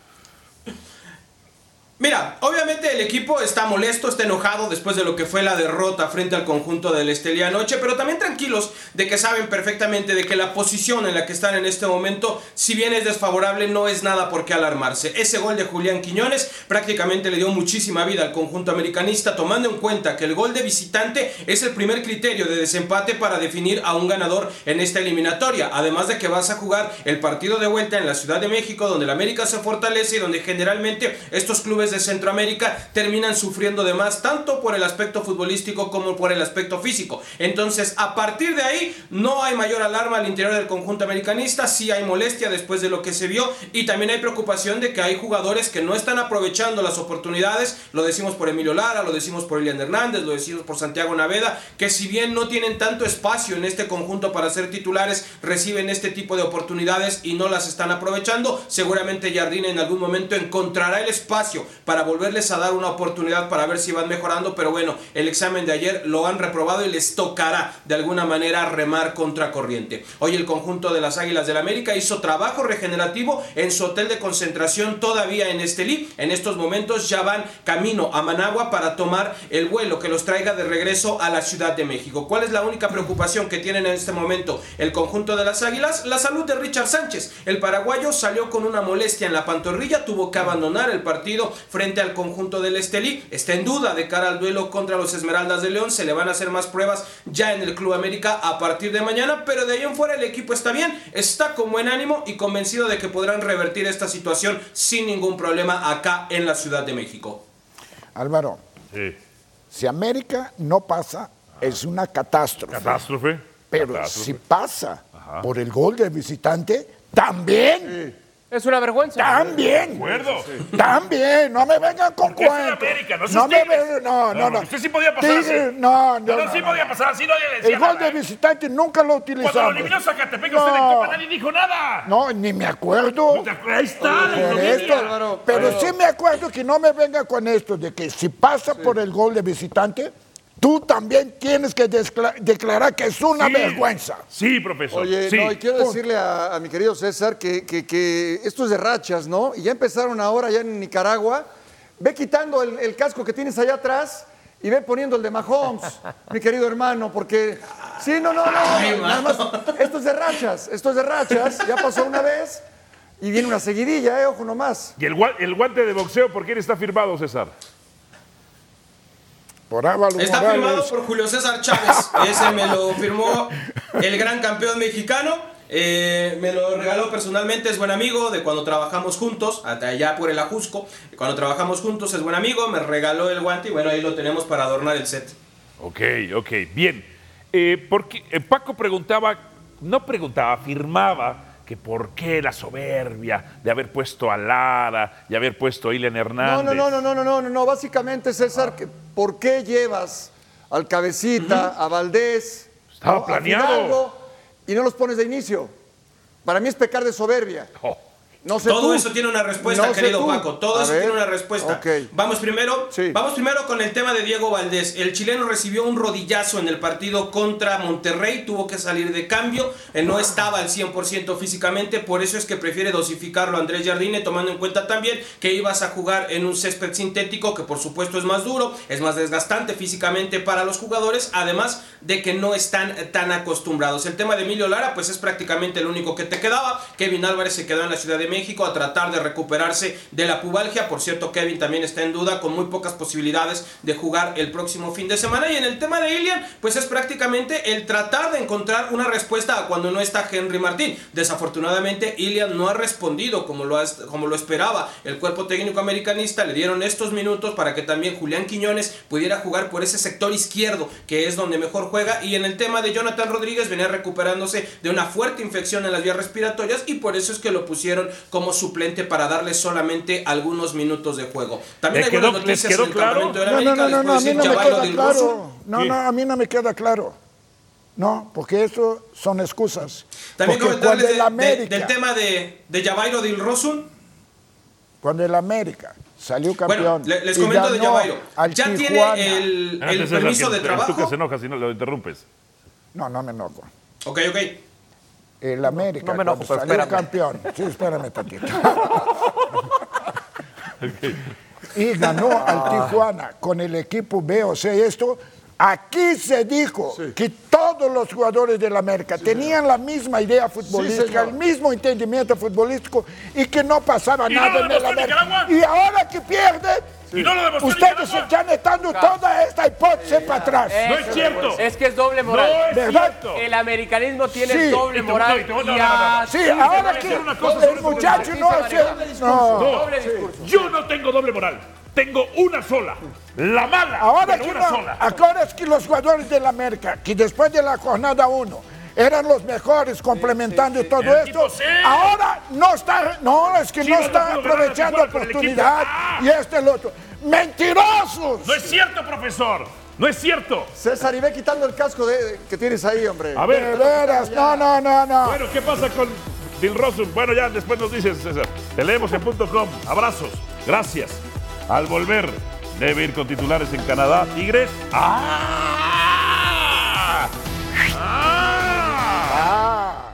I: Mira, obviamente el equipo está molesto, está enojado después de lo que fue la derrota frente al conjunto del Estelia anoche, pero también tranquilos de que saben perfectamente de que la posición en la que están en este momento, si bien es desfavorable, no es nada por qué alarmarse. Ese gol de Julián Quiñones prácticamente le dio muchísima vida al conjunto americanista, tomando en cuenta que el gol de visitante es el primer criterio de desempate para definir a un ganador en esta eliminatoria. Además de que vas a jugar el partido de vuelta en la Ciudad de México, donde el América se fortalece y donde generalmente estos clubes de Centroamérica terminan sufriendo de más, tanto por el aspecto futbolístico como por el aspecto físico. Entonces, a partir de ahí, no hay mayor alarma al interior del conjunto americanista, sí hay molestia después de lo que se vio y también hay preocupación de que hay jugadores que no están aprovechando las oportunidades, lo decimos por Emilio Lara, lo decimos por Elian Hernández, lo decimos por Santiago Naveda, que si bien no tienen tanto espacio en este conjunto para ser titulares, reciben este tipo de oportunidades y no las están aprovechando. Seguramente Jardín en algún momento encontrará el espacio para volverles a dar una oportunidad para ver si van mejorando, pero bueno, el examen de ayer lo han reprobado y les tocará de alguna manera remar contra corriente. Hoy el conjunto de las Águilas del América hizo trabajo regenerativo en su hotel de concentración todavía en Estelí. En estos momentos ya van camino a Managua para tomar el vuelo que los traiga de regreso a la Ciudad de México. ¿Cuál es la única preocupación que tienen en este momento el conjunto de las Águilas? La salud de Richard Sánchez. El paraguayo salió con una molestia en la pantorrilla, tuvo que abandonar el partido frente al conjunto del Estelí. Está en duda de cara al duelo contra los Esmeraldas de León. Se le van a hacer más pruebas ya en el Club América a partir de mañana, pero de ahí en fuera el equipo está bien, está con buen ánimo y convencido de que podrán revertir esta situación sin ningún problema acá en la Ciudad de México.
G: Álvaro,
D: Sí.
G: si América no pasa, es una catástrofe.
D: Catástrofe.
G: Pero
D: Catástrofe.
G: si pasa por el gol del visitante, también,
F: Es una vergüenza.
G: también.
D: ¿De acuerdo?
G: También, no me vengan con
D: Porque es en
G: cuentos.
D: América, no es
G: no me
D: Tigres.
G: vengan, no,
D: No,
G: no,
D: no,
G: no.
D: usted sí podía pasar
G: Tigres,
D: así.
G: no, no.
D: No,
G: no,
D: sí
G: no.
D: podía pasar, así no le decía
G: El gol
D: nada,
G: de
D: ¿eh?
G: visitante nunca lo utilizamos.
D: Cuando lo eliminó Zacatepec, usted de
G: No.
D: Copa nadie dijo nada.
G: No, ni me acuerdo.
D: No te acuerdas, Ahí está.
G: Por
D: lo que
G: esto,
D: diga.
G: pero sí me acuerdo que no me venga con esto, de que si pasa por el gol de visitante, tú también tienes que descla- declarar que es una
D: Sí.
G: vergüenza.
D: Sí, profesor.
H: Oye,
D: sí.
H: no, y quiero decirle a, a mi querido César que, que- que esto es de rachas, ¿no? Y ya empezaron ahora ya en Nicaragua. Ve quitando el, el casco que tienes allá atrás y ve poniendo el de Mahomes, mi querido hermano, porque... Sí, no, no, no. Nada más, esto es de rachas, esto es de rachas. Ya pasó una vez y viene una seguidilla, ¿eh? Ojo nomás.
D: ¿Y el, gua- el guante de boxeo por quién está firmado, César?
G: Por Ávalo
I: Está firmado
G: Morales.
I: por Julio César
G: <laughs>
I: Chávez. Ese me lo firmó el gran campeón mexicano. Eh, me lo regaló personalmente, es buen amigo de cuando trabajamos juntos, hasta allá por el Ajusco. Cuando trabajamos juntos es buen amigo, me regaló el guante y bueno, ahí lo tenemos para adornar el set.
D: Ok, ok, bien. Eh, porque, eh, Paco preguntaba, no preguntaba, afirmaba que por qué la soberbia de haber puesto a Lara y haber puesto a Ilean
H: No, no,
D: Hernández.
H: no, no, no, no, no, no, no. Básicamente, César, que- ¿por qué llevas al Cabecita, a Valdés,
D: Estaba
H: a
D: planeado.
H: Fidalgo, y no los pones de inicio? Para mí es pecar de soberbia.
D: Oh,
H: No sé
I: Todo
H: tú.
I: eso tiene una respuesta,
H: No sé
I: querido
H: tú.
I: Paco. Todo
H: A
I: eso
H: ver.
I: tiene una respuesta.
H: Ok.
I: Vamos primero,
H: Sí.
I: vamos primero con el tema de Diego Valdés. El chileno recibió un rodillazo en el partido contra Monterrey, tuvo que salir de cambio, eh, no estaba al 100% físicamente, por eso es que prefiere dosificarlo Andrés Jardine, tomando en cuenta también que ibas a jugar en un césped sintético que por supuesto es más duro, es más desgastante físicamente para los jugadores, además de que no están eh, tan acostumbrados. El tema de Emilio Lara, pues es prácticamente el único que te quedaba. Kevin Álvarez se quedó en la Ciudad de México a tratar de recuperarse de la pubalgia. Por cierto, Kevin también está en duda con muy pocas posibilidades de jugar el próximo fin de semana. Y en el tema de Ilian, pues es prácticamente el tratar de encontrar una respuesta a cuando no está Henry Martín. Desafortunadamente, Ilian no ha respondido como lo, has- como lo esperaba. El cuerpo técnico americanista le dieron estos minutos para que también Julián Quiñones pudiera jugar por ese sector izquierdo, que es donde mejor juega. Y en el tema de Jonathan Rodríguez venía recuperándose de una fuerte infección en las vías respiratorias y por eso es que lo pusieron como suplente para darle solamente algunos minutos de juego.
D: ¿Le
I: También hay buenas
D: quedó- les
I: noticias
D: quedó
I: en el
D: claro?
I: Campeonato de la
G: No, no,
I: América,
G: no,
I: les
G: no, no, a
I: puedo
G: mí
I: decir,
G: no me
I: Giovanni
G: queda
I: Del
G: claro.
I: Bosque.
G: No,
D: Sí.
G: no, a mí no me queda claro. No, porque eso son excusas.
I: También
G: porque
I: comentarles
G: cuando el
I: de- de-
G: América,
I: del tema de, de Javairo Dil Rosun,
G: cuando el América salió
I: Bueno,
G: campeón
I: le- les
G: y
I: comento de
G: ganó
I: Javairo.
G: al
I: Ya
G: Tijuana.
I: tiene el, el
D: Espérate, César,
I: permiso
D: que
I: de
D: Ah, el Tuca
I: trabajo.
D: se enoja si no lo interrumpes. <laughs>
G: No, no me enojo.
I: Ok, ok.
G: El América
E: no me enojo,
G: cuando
E: pero
G: salió campeón. Sí, espérame tantito. y ganó
E: Ah.
G: al Tijuana con el equipo B, o sea, esto. Aquí se dijo que todos los jugadores del América tenían la misma idea futbolística, el mismo entendimiento futbolístico y que no pasaba
D: Y no
G: nada
D: lo
G: en el
D: demostró
G: América.
D: Nicaragua.
G: Y ahora que pierde,
D: Y no lo demostró
G: ustedes
D: Nicaragua.
G: están echando toda esta hipótesis para atrás.
D: No es cierto.
F: Es que es doble
D: No
F: moral.
D: es
G: ¿Verdad?
D: cierto.
F: El americanismo tiene
G: Sí.
D: Y te
F: doble
D: voy- no, y
F: moral.
D: te voy- no,
F: y
D: no, no, no.
F: así
G: Sí,
F: se
G: ahora
D: a
G: que
D: decir una cosa sobre
G: el
D: esto,
G: muchacho
F: así
G: no
F: se
G: hace...
F: maneja.
G: No.
F: Doble discurso.
D: Yo no tengo doble moral. Tengo una sola. La mala.
G: Ahora
D: pero
G: que,
D: una
G: no-
D: sola.
G: ahora es que los jugadores de la América, que después de la jornada 1 eran los mejores complementando todo
D: El
G: esto,
D: equipo sí.
G: ahora no está, no, es que
D: Sí,
G: no
D: no
G: está
D: pudo ganar
G: aprovechando
D: el fútbol con el
G: oportunidad
D: equipo. Ah.
G: y este el otro. ¡Mentirosos!
D: No es cierto, profesor. No es cierto.
H: César, y ve quitando el casco de- que tienes ahí, hombre.
D: A
G: De
D: ver.
G: veras, no, no, no, no.
D: Bueno, ¿qué pasa con Dil Rosum? Bueno, ya después nos dices, César. Te leemos en punto .com. Abrazos. Gracias. Al volver, debe ir con titulares en Canadá. Tigres. ¡Ah! ¡Ah!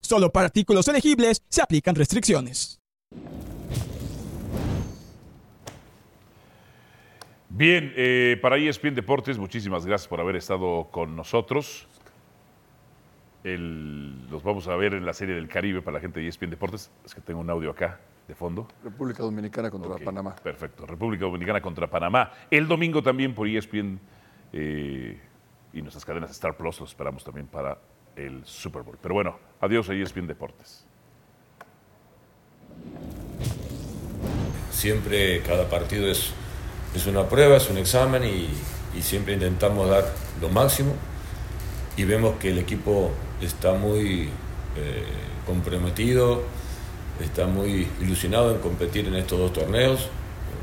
J: Solo para artículos elegibles se aplican restricciones.
D: Bien, eh, para ESPN Deportes, muchísimas gracias por haber estado con nosotros. El- los vamos a ver en la serie del Caribe para la gente de E ESPN Deportes. Es que tengo un audio acá de fondo.
H: República Dominicana contra
D: Ok,
H: Panamá.
D: Perfecto. República Dominicana contra Panamá. El domingo también por E ESPN eh, y nuestras cadenas Star Plus los esperamos también para el Super Bowl. Pero bueno, adiós a E ESPN Deportes.
K: Siempre cada partido es, es una prueba, es un examen y, y siempre intentamos dar lo máximo y vemos que el equipo está muy eh, comprometido, está muy ilusionado en competir en estos dos torneos.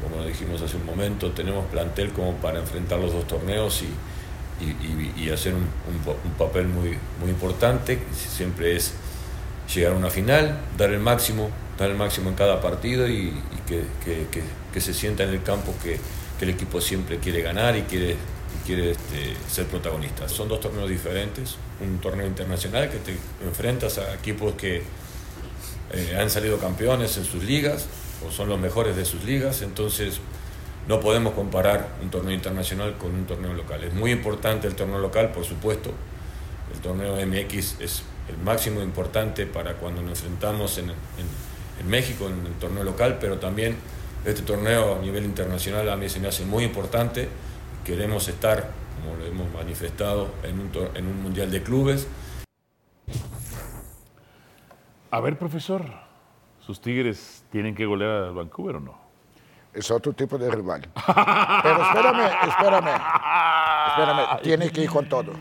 K: Como dijimos hace un momento, tenemos plantel como para enfrentar los dos torneos y, y- y- y hacer un, un pa- un papel muy, muy importante. Siempre es llegar a una final, dar el máximo, dar el máximo en cada partido y, y que, que- que- que se sienta en el campo que, que el equipo siempre quiere ganar y quiere, y quiere este, ser protagonista. Son dos torneos diferentes, un torneo internacional que te enfrentas a equipos que eh, han salido campeones en sus ligas o son los mejores de sus ligas, entonces no podemos comparar un torneo internacional con un torneo local. Es muy importante el torneo local, por supuesto, el torneo MX es el máximo importante para cuando nos enfrentamos en, en- en México, en el torneo local, pero también este torneo a nivel internacional a mí se me hace muy importante. Queremos estar, como lo hemos manifestado, en un, tor- en un Mundial de Clubes.
D: A ver, profesor, ¿sus Tigres tienen que golear a Vancouver o no?
G: Es otro tipo de rival. Pero espérame, espérame. Espérame,
D: Ah.
G: tiene que ir con todo.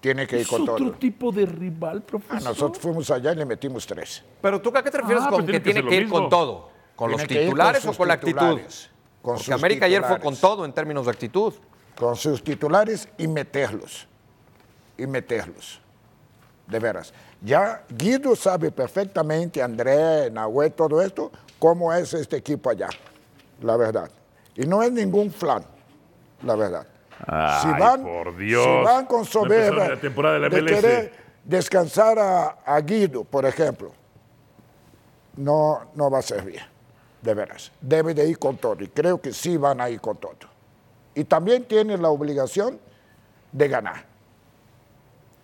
G: Tiene que ir con todo.
D: tipo de rival,
G: Ah,
D: profesor.
G: Nosotros fuimos allá y le metimos tres.
E: Pero tú, ¿a qué te refieres
D: Ah,
E: con
D: pero
E: que
D: tiene
E: tiene
D: que
E: que,
D: ser lo
E: ir con
D: mismo.
E: todo? ¿Con
G: Tiene
E: los
G: que ir con
E: titulares
G: sus
E: o con la actitud?
G: titulares, con
E: Porque
G: sus
E: América ayer fue con
G: titulares.
E: todo en términos de actitud.
G: con sus titulares y meterlos. Y meterlos. De veras. Ya Guido sabe perfectamente, André, Nahuel, todo esto, cómo es este equipo allá. La verdad. Y no es ningún flan. La verdad.
D: Ay, por Dios.
G: si van con
D: No empezaron
G: soberbia
D: la temporada de la MLS.
G: querer descansar a, a Guido, por ejemplo, no, no va a servir. De veras. Debe de ir con todo. Y creo que sí van a ir con todo y también tiene la obligación de ganar.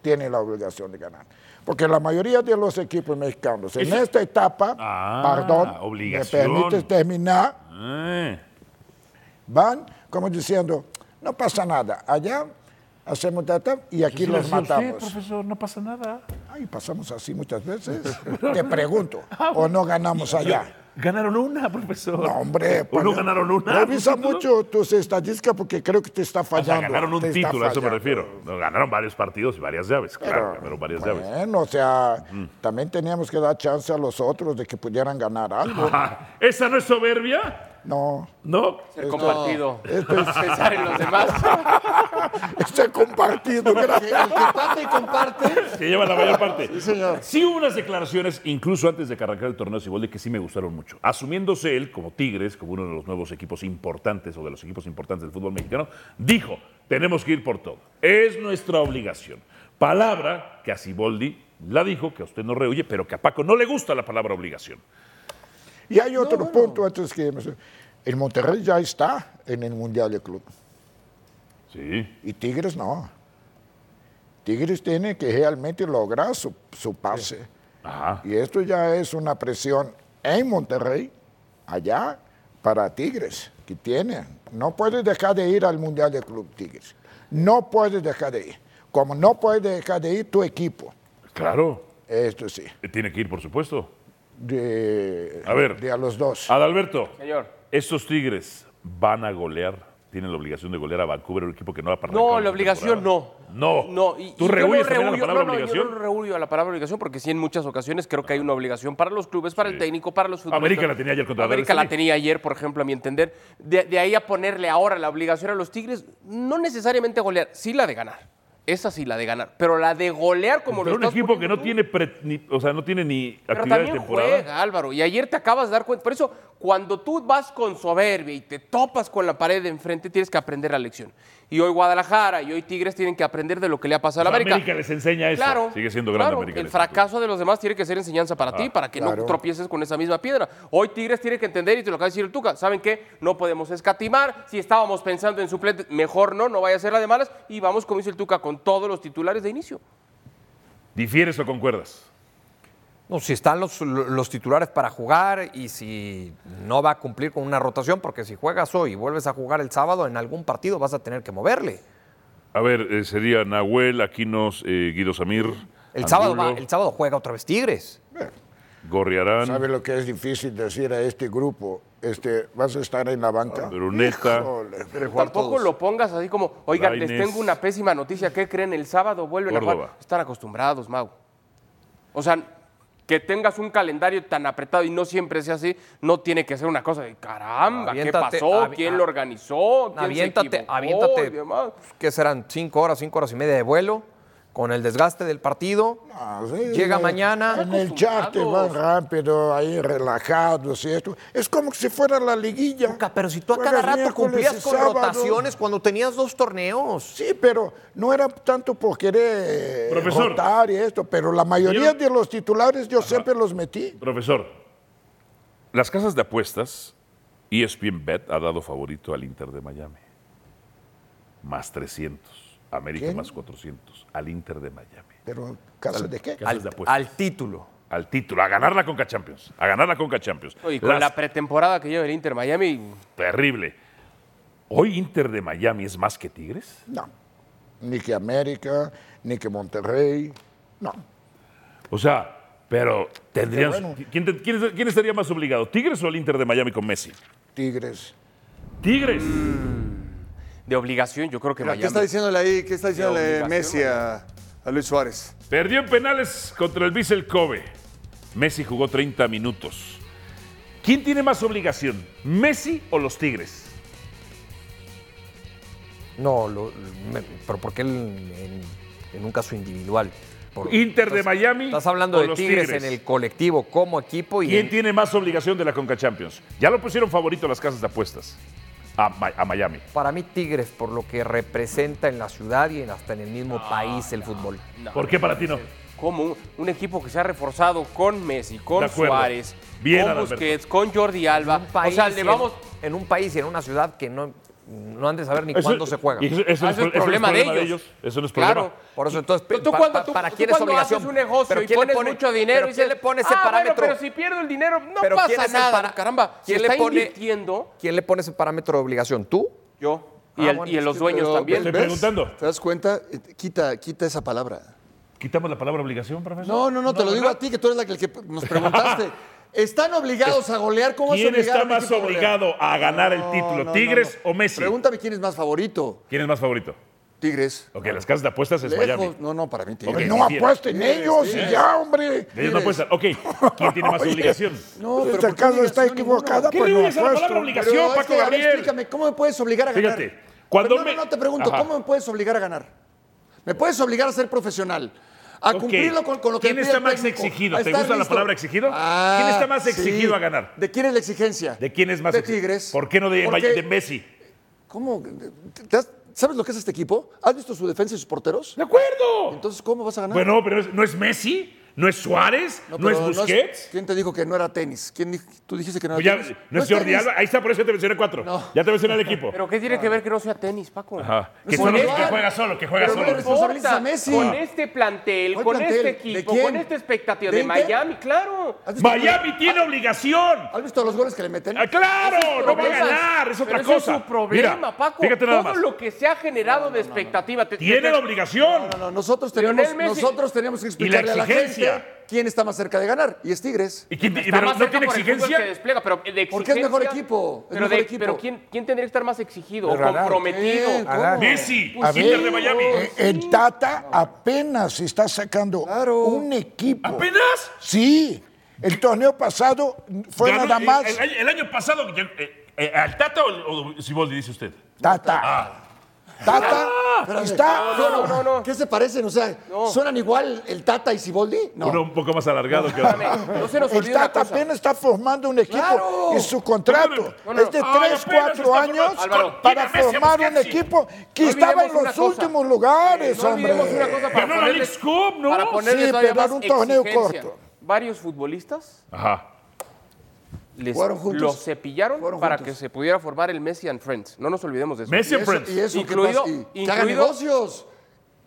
G: Tiene la obligación de ganar. Porque la mayoría de los equipos mexicanos en
D: Ese-
G: esta etapa,
D: Ah,
G: perdón,
D: obligación.
G: me permites terminar,
D: Eh,
G: van como diciendo, no pasa nada, allá hacemos tata y aquí
D: sí lo
G: los
D: hacía usted,
G: matamos.
D: profesor, no pasa nada.
G: Ay, pasamos así muchas veces. <laughs> Te pregunto, ¿o no ganamos allá?
D: <laughs> Ganaron una, profesor.
G: No, hombre.
D: ¿O no
G: pues,
D: ganaron una?
G: Revisa
D: profesor?
G: mucho tus estadísticas porque creo que te está
D: O sea,
G: fallando.
D: ganaron un
G: te está
D: título, a eso me
G: fallando.
D: refiero. No, ganaron varios partidos y varias llaves. Claro, ganaron varias llaves.
G: Bueno, o sea, también teníamos que dar chance a los otros de que pudieran ganar
D: <laughs>
G: algo.
D: Ah, ¿Esa no es soberbia?
G: No,
D: No.
F: Ser compartido.
G: esto es,
F: Pensar en los demás.
G: <laughs> esto es compartido, gracias.
H: Comparte y comparte.
D: Se lleva la mayor parte. Sí,
H: señor.
D: hubo unas declaraciones, incluso antes de que arrancara el torneo de Siboldi, que sí me gustaron mucho. Asumiéndose él como Tigres, como uno de los nuevos equipos importantes o de los equipos importantes del fútbol mexicano, dijo: Tenemos que ir por todo. Es nuestra obligación. Palabra que a Siboldi la dijo, que a usted no rehuye, pero que a Paco no le gusta la palabra obligación.
G: Y hay otro punto antes que... El Monterrey ya está en el Mundial de Club
D: Sí.
G: y Tigres no. Tigres tiene que realmente lograr su, su pase. Y esto ya es una presión en Monterrey, allá, para Tigres, que tiene. No puede dejar de ir al Mundial de Club Tigres. No puede dejar de ir. Como no puede dejar de ir tu equipo.
D: Claro. Eh,
G: Esto sí.
D: Tiene que ir, por supuesto.
G: De,
D: A ver.
G: de a los dos.
D: Adalberto,
F: Señor.
D: estos Tigres van a golear, tienen la obligación de golear a Vancouver, un equipo que no ha participado.
F: No, la obligación no.
D: No.
F: No, y,
D: ¿Tú
F: y yo no
D: rehuyes también a la
F: rehuyo-
D: palabra
F: no, no, yo
D: obligación?
F: no rehuyo a la palabra obligación porque sí en muchas ocasiones creo que hay una obligación para los clubes, para el técnico, para los futbolistas.
D: América la tenía ayer contra
F: América la
D: Dallas City.
F: tenía ayer, por ejemplo, a mi entender. De, de ahí a ponerle ahora la obligación a los Tigres, no necesariamente golear, sí la de ganar. Esa sí la de ganar, pero la de golear como
D: Pero
F: lo
D: un
F: estás
D: equipo
F: poniendo
D: que no
F: tú.
D: tiene, pre- ni- o sea, no tiene ni
F: Pero
D: actividad de
F: también
D: temporada.
F: juega, Álvaro. Y ayer te acabas de dar cuenta. Por eso, cuando tú vas con soberbia y te topas con la pared de enfrente, tienes que aprender la lección. Y hoy Guadalajara y hoy Tigres tienen que aprender de lo que le ha pasado a la
D: O sea,
F: América.
D: Pues América les enseña eso.
F: Claro.
D: Sigue siendo grande
F: claro,
D: América
F: El
D: les
F: fracaso de los demás tiene que ser enseñanza
D: Ah,
F: para ti, para que
G: claro.
F: no tropieces con esa misma piedra. Hoy Tigres tiene que entender, y te lo acaba de decir el Tuca, ¿saben qué? No podemos escatimar. Si estábamos pensando en suplente, mejor no, no vaya a ser la de malas. Y vamos, como dice el Tuca, con todos los titulares de inicio.
D: ¿Difieres o concuerdas?
E: No, si están los, los titulares para jugar y si no va a cumplir con una rotación, porque si juegas hoy y vuelves a jugar el sábado, en algún partido vas a tener que moverle.
D: A ver, eh, sería Nahuel, Aquinos, eh, Guido Samir.
E: El sábado, va-
D: Angulo,
E: el sábado juega otra vez Tigres.
D: Gorriarán,
G: ¿Sabe lo que es difícil decir a este grupo? Este, vas a estar en la banca.
D: Bruneta.
G: Híjole.
F: Tampoco lo pongas así como, oigan, les
D: Lainez.
F: tengo una pésima noticia. ¿Qué creen? El sábado vuelven a
D: Córdoba.
F: jugar. Están acostumbrados, Mau. O sea, que tengas un calendario tan apretado y no siempre sea así, no tiene que ser una cosa de caramba,
E: Aviéntate,
F: ¿qué pasó?
E: avi-
D: ah,
F: ¿Quién
E: a-
F: lo organizó? ¿Quién se
E: Aviéntate,
F: equivocó? y
E: aviéntate.
F: demás?
E: que Pues, serán? Cinco horas, cinco horas y media de vuelo, con el desgaste del partido.
G: Ah, sí,
E: Llega
G: eh,
E: mañana.
G: En el charter van rápido, ahí relajados y esto. Es como si fuera la liguilla.
E: Tuca, Pero si tú a
G: Juegas
E: cada rato
G: miércoles
E: cumplías
G: y
E: con
G: sábado.
E: rotaciones cuando tenías dos torneos.
G: Sí, pero no era tanto por querer
D: Profesor.
G: rotar y esto, pero la mayoría de los titulares yo siempre los metí.
D: Profesor, las casas de apuestas, E ESPN Bet ha dado favorito al Inter de Miami. Más 300. América
G: ¿Quién?
D: más 400. Al Inter de Miami.
G: Pero, ¿caso de qué?
D: Casas
E: Al,
D: de apuestas.
E: al título.
D: Al título, a ganar la Conca Champions. A ganar la Conca Champions.
F: No, y con
D: Las-
F: la pretemporada que lleva el Inter Miami,
D: Terrible. ¿Hoy Inter de Miami es más que Tigres?
G: No. Ni que América, ni que Monterrey. No.
D: O sea, pero tendrían.
G: bueno.
D: ¿quién, te- quién es- quién estaría más obligado? ¿Tigres o el Inter de Miami con Messi?
G: Tigres.
D: Tigres.
E: Mm,
F: de obligación, yo creo que
H: Mira, ¿Qué está
F: Miami.
H: diciéndole ahí? ¿Qué está diciéndole
F: obligación,
H: Messi a, a Luis Suárez?
D: Perdió en penales contra el Bissell Kobe. Messi jugó 30 minutos. ¿Quién tiene más obligación? ¿Messi o los Tigres?
E: No, lo- me- pero porque él en, en un caso individual. Por-
D: Inter de
E: estás-
D: Miami.
E: Estás hablando
D: o
E: de
D: los
E: Tigres, en el colectivo como equipo y
D: ¿Quién
E: en-
D: tiene más obligación de la Conca Champions? Ya lo pusieron favorito las casas de apuestas. A, Mi- a Miami.
E: para mí Tigres por lo que representa en la ciudad y en- hasta en el mismo país el fútbol.
D: ¿Por qué para ti no?
F: como un, un equipo que se ha reforzado con Messi,
D: De
F: con
D: acuerdo.
F: Suárez,
D: Bien,
F: con
D: Adalberto.
F: Busquets, con Jordi Alba.
E: Un país
F: o sea, le
E: y en-
F: vamos
E: en, un país y en una ciudad que no, no han de saber ni
D: Eso-
E: cuándo se juega.
D: y Eso, eso
F: Ah,
D: no
F: eso es
D: pro- eso no
F: problema de ellos.
D: Eso no es
F: Claro.
D: problema.
E: Por eso entonces
F: Tú, tú
E: pa-
F: cuando,
E: pa-
F: tú-
E: para
F: tú
E: quién es
F: cuando
E: obligación.
F: haces un negocio
E: ¿Pero
F: y
E: quién le
F: pones
E: pone-
F: mucho dinero
E: pero
F: y
E: quién
F: se-
E: le pone ese
F: Ah, bueno,
E: parámetro?
F: pero si pierdo el dinero no
E: ¿Pero quién
F: pasa
E: es el
F: nada,
E: para-
F: caramba. Si
E: quién le
F: está
E: pone-
F: invirtiendo
E: ¿Quién le pone ese parámetro de obligación? ¿Tú?
F: yo y,
E: Ah,
F: el-
E: bueno,
F: y los
H: Sí,
F: dueños
H: pero,
F: también.
D: Estoy
H: ¿ves?
D: preguntando.
H: ¿Te das cuenta? Eh, Quita, quita esa palabra.
D: ¿Quitamos la palabra obligación, profesor?
H: No, no, no, te lo digo a ti, que tú eres la que, el que nos
D: <laughs>
H: preguntaste. ¿Están obligados a golear? ¿Cómo vas a
D: ¿Quién
H: obligar a
D: está
H: un
D: más
H: equipo a golear?
D: obligado a ganar el
H: No,
D: título,
H: no,
D: Tigres
H: no.
D: o Messi?
H: Pregúntame quién es más favorito.
D: ¿Quién es más favorito?
H: Tigres.
D: Ok, las casas de apuestas es
H: Lejos.
D: Miami.
H: No, no, para mí Tigres.
D: Ok.
G: no
D: quisiera.
G: apuesten ellos y ya, hombre.
D: Ellos no apuestan. Ok, ¿quién tiene
H: <laughs>
D: más obligación?
H: No, pero
G: Esta
H: ¿por qué
G: casa está
H: obligación ninguna?
G: equivocada,
D: ¿Qué
G: pues
D: le
G: no
D: huyes a la palabra
G: apuesto.
D: obligación,
H: Pero es
D: Paco
H: que, a ver,
D: Gabriel?
H: explícame, ¿cómo me puedes obligar a ganar?
D: Fíjate, cuando
H: Pero no,
D: me-
H: no, no, te pregunto,
D: Ajá.
H: ¿cómo me puedes obligar a ganar? ¿Me puedes obligar a ser profesional? A
D: Ok.
H: cumplirlo con, con lo que
D: ¿Quién
H: me pide
D: está
H: el
D: más
H: técnico,
D: exigido?
H: a
D: ¿Te
H: estar
D: gusta la palabra exigido?
H: Ah,
D: ¿Quién está más exigido a ganar?
H: ¿De quién es la exigencia?
D: ¿De quién es más
H: De
D: exi-
H: Tigres.
D: ¿Por qué no de,
H: Porque-
D: de Messi?
H: ¿Cómo? ¿Te has- ¿Sabes lo que es este equipo? ¿Has visto su defensa y sus porteros?
D: ¡De acuerdo!
H: Entonces, ¿cómo vas a ganar?
D: Bueno, pero es- ¿no es Messi? ¿No es Suárez? ¿No,
H: pero
D: es Busquets?
H: ¿Quién te dijo que no era tenis? ¿Quién dijo- tú dijiste que no era
D: Pues ya,
H: tenis?
D: ¿No es Jordi
H: tenis.
D: Alba? Ahí está, por eso te mencioné cuatro. Ya te mencioné el equipo.
F: ¿Pero qué tiene que ver que no sea tenis, Paco?
D: Ajá. Que,
F: Con
D: solo-
F: este-
D: que juega solo, que juega
H: Pero no
D: solo.
H: le responsabilizas a Messi.
F: Con este plantel,
H: ¿Cuál
F: con
H: plantel?
F: este
H: ¿De
F: equipo,
H: quién?
F: con esta expectativa
H: ¿De
F: de,
H: Inter?
F: Miami, claro.
H: ¿Has visto- Ah.
D: Miami tiene obligación.
H: ¿Has visto los goles que le meten?
D: Ah, claro, no va a
F: Problemas.
D: ganar, es otra
F: Pero ese
D: cosa.
F: es su problema,
D: Mira,
F: Paco.
D: Fíjate nada
F: Todo
D: más.
F: lo que se ha generado de expectativa. te-
D: Tiene
F: te-
D: la obligación.
H: No, no, nosotros tenemos,
F: Lionel Messi-
H: nosotros tenemos que
D: Y la
H: explicarle a la
D: exigencia.
H: gente quién está más cerca de ganar. Y es Tigres.
D: ¿Y quién- y-
F: Está
D: pero
F: más
D: no
F: cerca
D: tiene
F: por el fútbol
D: exigencia.
F: que despliega, pero de
H: Porque es mejor
F: exigencia-
H: equipo, es
F: pero
H: mejor
F: de-
H: equipo.
F: pero ¿quién, ¿quién tendría que estar más exigido
K: De
F: o
K: ganar.
F: comprometido? Pues
H: Eh, ¿cómo?
K: Ganar.
D: Messi,
G: A
D: Inter de
G: ver,
D: Miami.
G: eh, el Tata apenas está sacando
H: Claro.
G: un equipo.
D: ¿Apenas?
G: Sí, el torneo pasado fue
D: Ganó-
G: nada
D: el-
G: más
D: El, el año pasado, eh, eh, ¿al Tata o, o Siboldi, dice usted?
G: Tata.
D: Ah.
H: Ah,
G: Tata está.
F: No, no, no, no.
H: ¿Qué se parecen? O sea, ¿suenan igual el Tata y Siboldi? No.
D: Uno un poco más alargado que otro.
F: Espérame, No se nos
G: El
F: olvide una
G: Tata
F: cosa.
G: apenas está formando un equipo y su contrato
D: No,
F: no,
G: es de
D: no. Ay,
G: 3,
D: apenas
G: 4
D: está formando-
G: años
F: Álvaro,
G: para
D: quítame ese
G: formar un
D: Busquets.
G: equipo que
F: No
G: estaba en
F: olvidemos una
G: los
F: cosa. Eh,
G: últimos lugares,
F: No
G: hombre.
F: olvidemos una cosa para
D: Ganó la
F: ponerle,
D: League's Cup, ¿no?
F: para ponerle
G: Sí,
F: todavía
G: pero
F: más
G: era un torneo
F: exigencia.
G: corto.
F: Varios futbolistas
D: Ajá.
F: les,
H: Jugaron juntos.
F: los cepillaron
H: Jugaron
F: para
H: juntos.
F: que se pudiera formar el Messi and Friends. No nos olvidemos de eso.
D: Messi
H: ¿Y
D: and
H: eso,
D: Friends.
H: y eso qué
F: Incluido-
H: pasa? Y Que
F: incluido-
H: hagan negocios.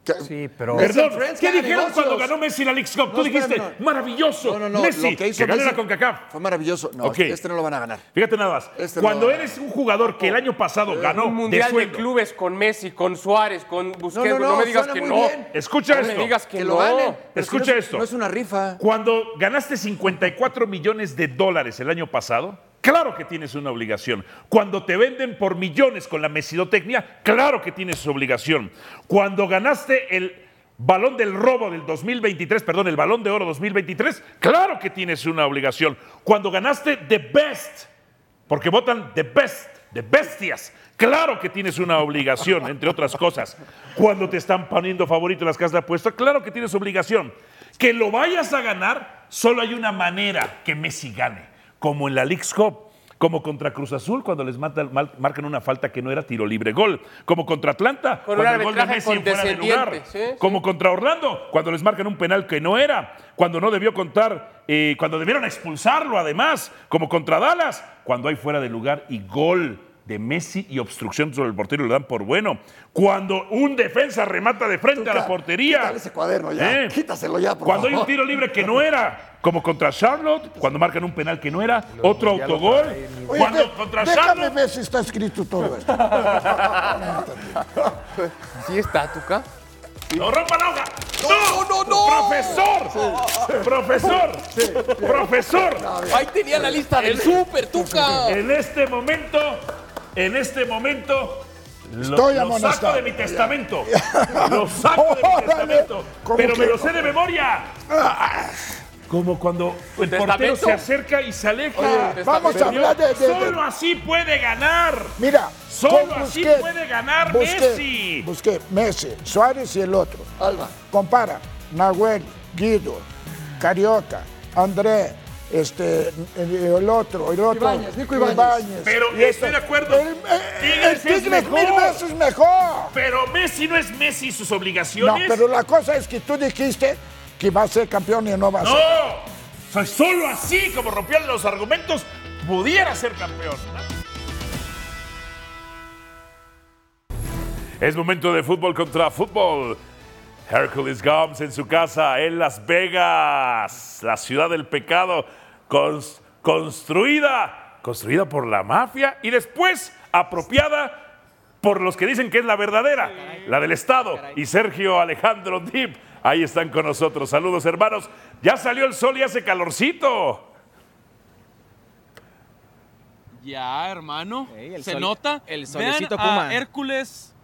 H: Que-
E: Sí, pero.
H: Messi
D: Perdón,
H: and Friends,
D: ¿qué
H: que hagan
D: dijeron
H: negocios.
D: cuando ganó Messi la League's Cup? Tú
H: No,
D: dijiste,
H: espera, no.
D: maravilloso,
H: No, no, no.
D: Messi,
H: lo
D: que,
H: hizo
D: gane la
H: Messi
D: CONCACAF.
H: Fue maravilloso. No,
D: Ok.
H: este no lo van a ganar.
D: Fíjate nada más,
H: Este
D: cuando
H: no. Eh,
D: eres un jugador que el año pasado ganó
F: un mundial
D: de
F: de,
D: sueldo,
F: clubes con Messi, con Suárez, con
H: No,
F: Busquets.
H: no,
F: No,
H: no,
F: me digas
H: suena
F: pues que
H: muy
F: no.
H: bien.
D: escucha
F: No
D: esto,
F: me digas que,
H: Que
F: no.
H: lo ganen. Pero es que
D: Escucha
H: no es-
D: esto.
H: No es una rifa.
D: Cuando ganaste 54 millones de dólares el año pasado, claro que tienes una obligación. Cuando te venden por millones con la mesidotecnia, claro que tienes obligación. Cuando ganaste el balón del robo del 2023, perdón, el balón de oro 2023, claro que tienes una obligación. Cuando ganaste The Best, porque votan The Best, de bestias. Claro que tienes una obligación, entre otras cosas. Cuando te están poniendo favorito en las casas de apuesta, claro que tienes obligación. Que lo vayas a ganar, solo hay una manera que Messi gane, como en la League's Cup. Como contra Cruz Azul, cuando les mata- mal- marcan una falta que no era tiro libre gol. Como contra Atlanta,
F: Con un
D: cuando el gol de
F: arbitraje
D: Messi fuera de lugar.
F: condescendiente, sí, sí.
D: Como contra Orlando, cuando les marcan un penal que no era, cuando no debió contar, eh, cuando debieron expulsarlo además, como contra Dallas, cuando hay fuera de lugar y gol de Messi y obstrucción sobre el portero lo dan por bueno, cuando un defensa remata de frente a la
H: Tuca,
D: portería.
H: quítale ese cuaderno ya,
D: ¿Eh?
H: quítaselo ya, por
D: Cuando hay un
H: favor.
D: tiro libre que no era, como contra Charlotte, cuando marcan un penal que no era, otro autogol,
G: Oye,
D: cuando
G: de-
D: contra
G: déjame
D: Charlotte...
G: ver si está escrito todo esto.
F: Sí está, Tuca.
D: ¡No rompa la hoja! ¡No! ¡No, no, profesor ¡Profesor! ¡Profesor!
F: Ahí tenía la lista del Super, Tuca.
D: En este momento, en este momento, lo-
G: Estoy
D: lo, saco
G: amonestado.
D: de mi testamento. Lo saco de mi
G: Órale.
D: testamento.
G: ¿Cómo
D: Pero
G: que Ah,
D: me lo
G: no?
D: sé de memoria. Como cuando el portero
F: testamento?
D: se acerca y se aleja.
G: Vamos a
D: Señor,
G: hablar de. de- de-
D: Solo así puede ganar.
G: mira,
D: Solo
G: con
D: así
G: Busquets,
D: puede ganar
G: Busquets,
D: Messi.
G: Busquets, Messi, Suárez y el otro.
H: Alba.
G: Compara Nahuel, Guido, Carioca, André, este, eh, el otro, el otro.
H: Ibáñez, Nico Ibáñez.
D: Pero
G: Y esto-
D: estoy de acuerdo.
G: El, eh, el
D: Tigres es
G: Tigres
D: mejor.
G: mil veces mejor.
D: Pero Messi no es Messi y sus
G: No,
D: obligaciones.
G: pero la cosa es que tú dijiste que va a ser campeón y no va a ser.
D: No, soy solo así como rompían los argumentos, pudiera ser campeón. Es momento de fútbol contra fútbol. Hercules Gomes en su casa en Las Vegas, la ciudad del pecado, cons- construida, construida por la mafia y después apropiada por los que dicen que es la verdadera, la del Estado. Y Sergio Alejandro Dip, ahí están con nosotros. Saludos, hermanos. Ya salió el sol y hace calorcito.
L: Ya, hermano.
I: Ey, el
L: se
I: sol-
L: nota.
I: el
L: Vean
I: solecito
L: a
I: Puma.
L: Hércules.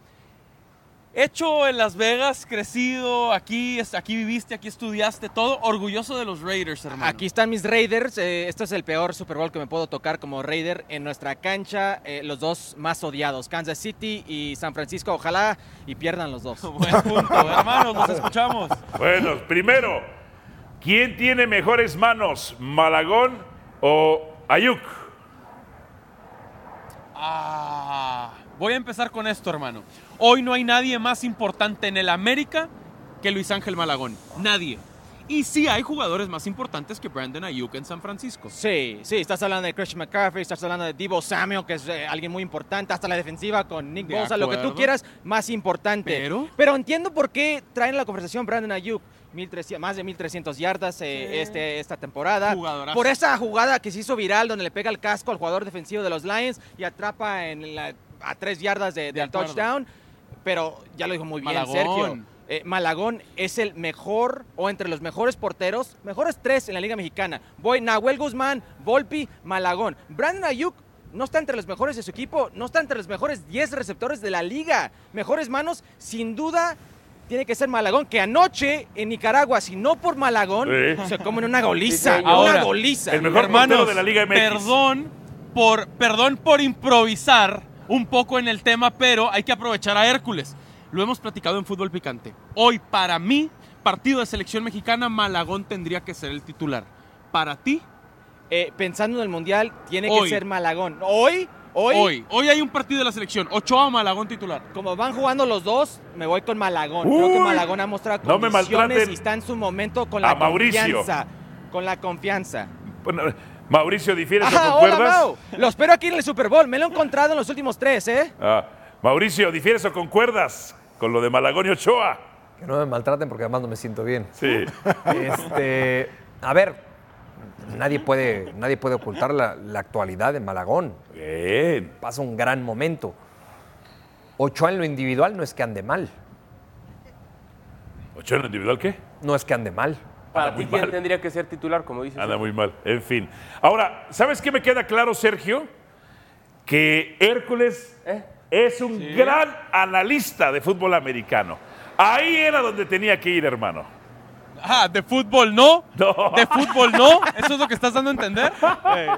L: Hecho en Las Vegas, crecido aquí, es- aquí viviste, aquí estudiaste, todo orgulloso de los Raiders, hermano.
I: Aquí están mis Raiders. eh, este es el peor Super Bowl que me puedo tocar como Raider en nuestra cancha. eh, los dos más odiados, Kansas City y San Francisco. Ojalá y pierdan los dos.
L: <laughs> Buen punto, hermanos,
I: <laughs>
L: nos escuchamos.
D: Bueno, primero, ¿quién tiene mejores manos, Malagón o Ayuk?
L: Ah, voy a empezar con esto, hermano. Hoy no hay nadie más importante en el América que Luis Ángel Malagón. Nadie. Y sí hay jugadores más importantes que Brandon Ayuk en San Francisco.
M: Sí, sí, estás hablando de Christian McCaffrey, estás hablando de Divo Samuel, que es eh, alguien muy importante, hasta la defensiva con Nick
L: De
M: Bosa, lo que tú
L: acuerdo.
M: quieras, más importante.
L: Pero-
M: entiendo por qué traen la conversación Brandon Ayuk. 1300 más de 1.300 yardas eh,
L: Sí.
M: este, esta temporada.
L: Jugadorazo.
M: Por esa jugada que se hizo viral donde le pega el casco al jugador defensivo de los Lions y atrapa en la- a tres yardas de- del
L: acuerdo.
M: touchdown. Pero ya lo dijo muy bien
L: Malagón.
M: Sergio. Eh, Malagón es el mejor o entre los mejores porteros, mejores tres en la Liga Mexicana. Voy Nahuel Guzmán, Volpi, Malagón. Brandon Ayuk no está entre los mejores de su equipo, no está entre los mejores 10 receptores de la liga. Mejores manos, sin duda, tiene que ser Malagón, que anoche en Nicaragua, si no por Malagón,
D: Sí.
M: se comen una goliza, una
L: Ahora,
M: goliza.
D: el mejor portero de la Liga MX.
L: Perdón por, perdón por improvisar un poco en el tema, pero hay que aprovechar a Hércules. Lo hemos platicado en Fútbol Picante. Hoy, para mí, partido de selección mexicana, Malagón tendría que ser el titular. Para ti,
M: Eh, pensando en el Mundial, tiene
L: Hoy.
M: que ser Malagón. Hoy, hoy,
L: hoy. hoy. hay un partido de la selección. Ochoa Malagón titular.
M: como van jugando
L: <laughs>
M: los dos, me voy con Malagón. Creo que
D: Uy,
M: Malagón ha mostrado
D: no me
M: condiciones
D: maltraten
M: y está en su momento con
D: a
M: la
D: Mauricio.
M: confianza. Con la confianza.
D: Bueno, Mauricio, ¿difieres o
M: Ajá, Ah, hola,
D: concuerdas?
M: Mau. Lo espero aquí en el Super Bowl. Me lo he encontrado en los últimos tres, ¿eh?
D: Ah, Mauricio, ¿difieres o concuerdas con lo de Malagón y Ochoa?
E: Que no me maltraten porque además no me siento bien.
D: Sí.
E: Este, a ver, nadie puede, nadie puede ocultar la, la actualidad de Malagón.
D: Bien.
E: Pasa un gran momento. Ochoa en lo individual no es que ande mal.
D: ¿Ochoa en lo individual qué?
E: No es que ande mal.
F: Para ti,
D: muy
F: ¿quién
D: mal.
F: tendría que ser titular, como dices?
M: ¿eh?
D: Anda muy mal. En fin. Ahora, ¿sabes qué me queda claro, Sergio? Que Hércules
M: ¿Eh?
D: es un gran analista de fútbol americano. Ahí era donde tenía que ir, hermano.
L: Ah, de fútbol no.
D: No.
L: De fútbol no. ¿Eso es lo que estás dando
D: <laughs>
L: a entender? Eh.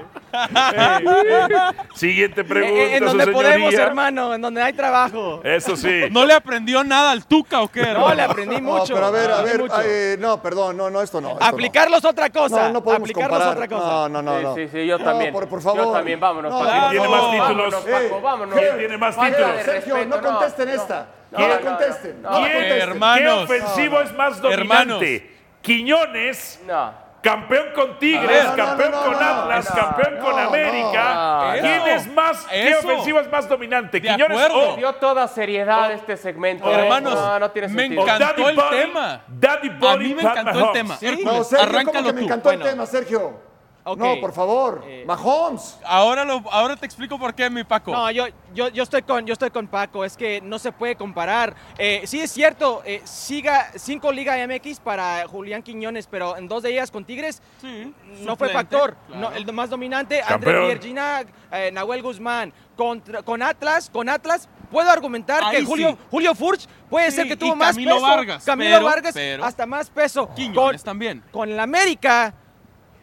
D: Siguiente pregunta,
M: Eh, eh, en
D: su
M: donde podemos,
D: señoría.
M: hermano, en donde hay trabajo.
D: Eso sí.
L: <laughs> ¿No le aprendió nada al Tuca o qué?
M: No,
L: hermano?
M: le aprendí
H: No,
M: mucho.
H: pero a ver, a
M: aprendí
H: ver,
M: mucho.
H: eh, no, perdón, no, no, esto no. esto no.
M: Aplicarlos otra cosa.
H: No, no podemos
M: aplicarlos
H: comparar.
M: otra
H: No,
M: cosa.
H: no, no.
F: Sí,
H: no.
F: sí, sí, yo
H: No,
F: también.
H: por, por favor.
F: Yo también, vámonos,
H: No,
F: Paco.
H: no,
D: ¿Quién tiene más títulos?
F: Vámonos, Paco,
H: Eh,
F: vámonos.
D: ¿Quién tiene más
F: Falta de
D: títulos?
H: Sergio,
F: respeto,
H: no contesten esta.
F: no,
H: No,
F: no,
H: la
F: no,
H: contesten. No, pues,
F: no,
H: la
D: ¿Quién-
H: contesten.
D: ¿Qué
L: hermanos.
D: ofensivo es más dominante?
L: Hermanos.
D: Quiñones,
F: No.
D: campeón con Tigres,
H: No, no,
D: campeón
H: no, no,
D: con
H: no.
D: Atlas,
H: No,
D: campeón con
H: no,
D: América.
L: no.
D: ¿Quién
L: Eso.
D: es más? ¿Qué
L: Eso.
D: ofensivo es más dominante?
L: De
D: ¿Quiñones Oh,
L: acuerdo.
D: o
F: Dio toda seriedad este segmento. ¿eh?
L: Hermanos,
F: no, no tiene
L: me
F: sentido.
L: encanta. encantó
D: Daddy
L: el
D: Body-
L: tema.
D: Daddy
L: A
D: Body
L: mí me
D: Pat
L: encantó el
D: Mahomes.
L: tema.
H: No,
L: Hércules,
H: Sergio, ¿cómo que
L: arráncalo
H: me
L: tú.
H: encantó el
M: Bueno.
H: tema, Sergio?
M: Ok.
H: No, por favor.
M: Eh.
H: Mahomes.
L: Ahora, lo, ahora te explico por qué, mi Paco.
M: No, yo, yo, yo, estoy con, yo estoy con Paco, es que no se puede comparar. Eh, sí es cierto, eh, siga 5 Liga MX para Julián Quiñones, pero en dos de ellas con Tigres
L: Sí,
M: no fue
L: suplente,
M: factor.
L: claro.
M: No, el más dominante,
D: Campeón.
M: Andrés Virginia, eh, Nahuel Guzmán, contra- con Atlas, con Atlas. Puedo argumentar
L: Ahí
M: que Julio,
L: sí.
M: Julio Furch puede
L: Sí,
M: ser que
L: y
M: tuvo más
L: Camilo
M: peso.
L: Vargas,
M: Camilo
L: pero-
M: Vargas,
L: pero-
M: hasta más peso.
L: Quiñones
M: Con-
L: también.
M: con la América,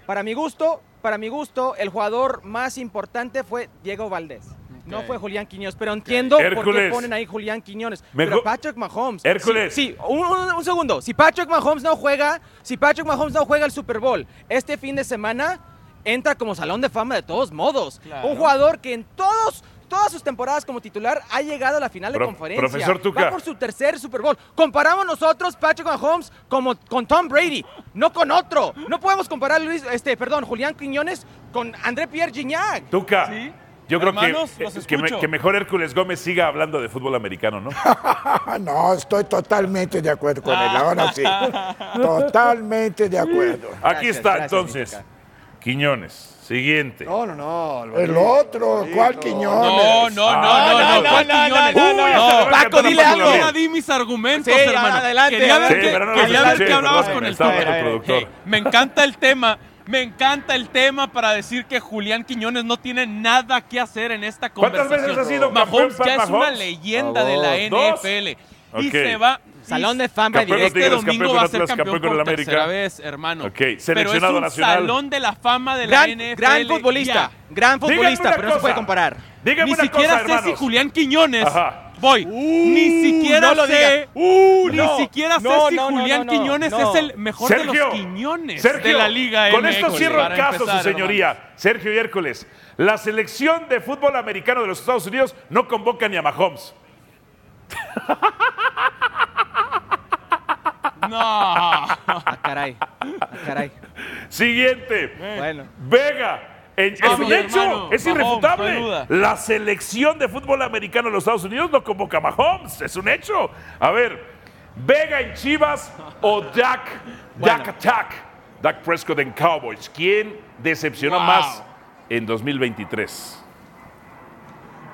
M: para mi gusto, para mi gusto, el jugador más importante fue Diego Valdés. No
L: Ok.
M: fue Julián Quiñones, pero entiendo por qué
D: Hércules.
M: ponen ahí Julián Quiñones.
D: Me
M: pero
D: ju-
M: Patrick Mahomes.
D: Hércules.
M: Sí, sí, un, un- un segundo. Si Patrick Mahomes no juega, si Patrick Mahomes no juega el Super Bowl este fin de semana, entra como salón de fama de todos modos.
L: Claro.
M: Un jugador que en todos todas sus temporadas como titular ha llegado a la final de
D: Pro-
M: conferencia.
D: profesor Tuca.
M: Va por su tercer Super Bowl. Comparamos nosotros Patrick Mahomes como con Tom Brady, no con otro. No podemos comparar Luis, este, perdón, Julián Quiñones con André Pierre Gignac.
D: Tuca.
L: Sí.
D: Yo creo
L: Hermanos,
D: que, eh,
L: los
D: que, me-
L: escucho.
D: que mejor Hércules Gómez siga hablando de fútbol americano, ¿no?
G: Ah, no, estoy totalmente de acuerdo con
D: Ah,
G: él. Ahora sí. Totalmente de acuerdo.
D: Aquí
M: Gracias,
D: está
M: gracias,
D: entonces. Quiñones. Siguiente.
H: No, no, no. Alvarito.
G: El otro, ¿cuál
L: No, no,
G: Quiñones?
L: no,
D: Ah,
L: no, no, ¿cuál Quiñones?
D: no, no, no.
L: No,
D: Paco, dile algo.
L: Yo ya di mis argumentos,
M: Sí,
L: hermano.
M: adelante,
L: Quería ver
M: adelante.
D: Sí,
L: que,
D: pero no
L: quería
D: los
L: ver
D: escuché,
L: que hablabas
D: perdón,
L: con el
D: estaba
L: Tuca.
D: hablando el productor.
L: Hey, me encanta el tema. Me encanta el tema para decir que Julián Quiñones no tiene nada que hacer en esta
D: ¿Cuántas
L: conversación.
D: veces ha sido
L: Mahomes
D: campeón
L: ya
D: Pat
L: es una
D: Mahomes?
L: leyenda de
D: Por
L: la
D: favor. Dos.
L: NFL. Y
D: Ok.
L: se va.
M: Salón de
L: y
M: fama
D: Campeón
M: directo.
L: Este
D: Tigres,
L: domingo
D: campeón
L: va a
D: con
L: ser
D: Atlas,
L: campeón,
D: campeón con
L: por
D: el América.
L: tercera vez, hermano.
D: Ok, seleccionado
L: Pero es un
D: nacional.
L: salón de la fama de la
M: Gran,
L: NFL.
M: gran futbolista,
L: ya.
M: gran
D: Díganme
M: futbolista,
D: una
M: pero no se puede
D: cosa.
M: comparar.
D: Dígame
L: ni
D: una
L: siquiera
D: cosa,
L: sé
D: hermanos.
L: si Julián Quiñones.
D: Ajá.
L: Voy.
D: Uh,
L: ni siquiera
M: Uh, no lo
L: sé. Uh,
M: digas.
L: ni
M: no.
L: siquiera sé
M: No,
L: si
M: no, no,
L: Julián
M: no, no,
L: Quiñones
M: no.
L: es el mejor de los Quiñones de
D: Sergio,
L: la Liga
D: Con
L: MX,
D: esto cierro el
L: para
D: caso, su
L: empezar,
D: señoría. Sergio y Hércules. La selección de fútbol americano de los Estados Unidos no convoca ni a Mahomes.
L: hermano. <laughs> No.
M: Ah, caray. Caray.
D: Siguiente. Vega. En-
L: Ah,
D: es un
L: mi
D: hecho,
L: hermano,
D: es
L: Mahomes, no
D: irrefutable.
L: hay duda.
D: la selección de fútbol americano de los Estados Unidos no convoca a Mahomes, es un hecho. A ver, Vega en Chivas o Dak, Dak Attack, Dak Prescott en Cowboys. ¿Quién decepcionó
L: Wow.
D: más en 2023?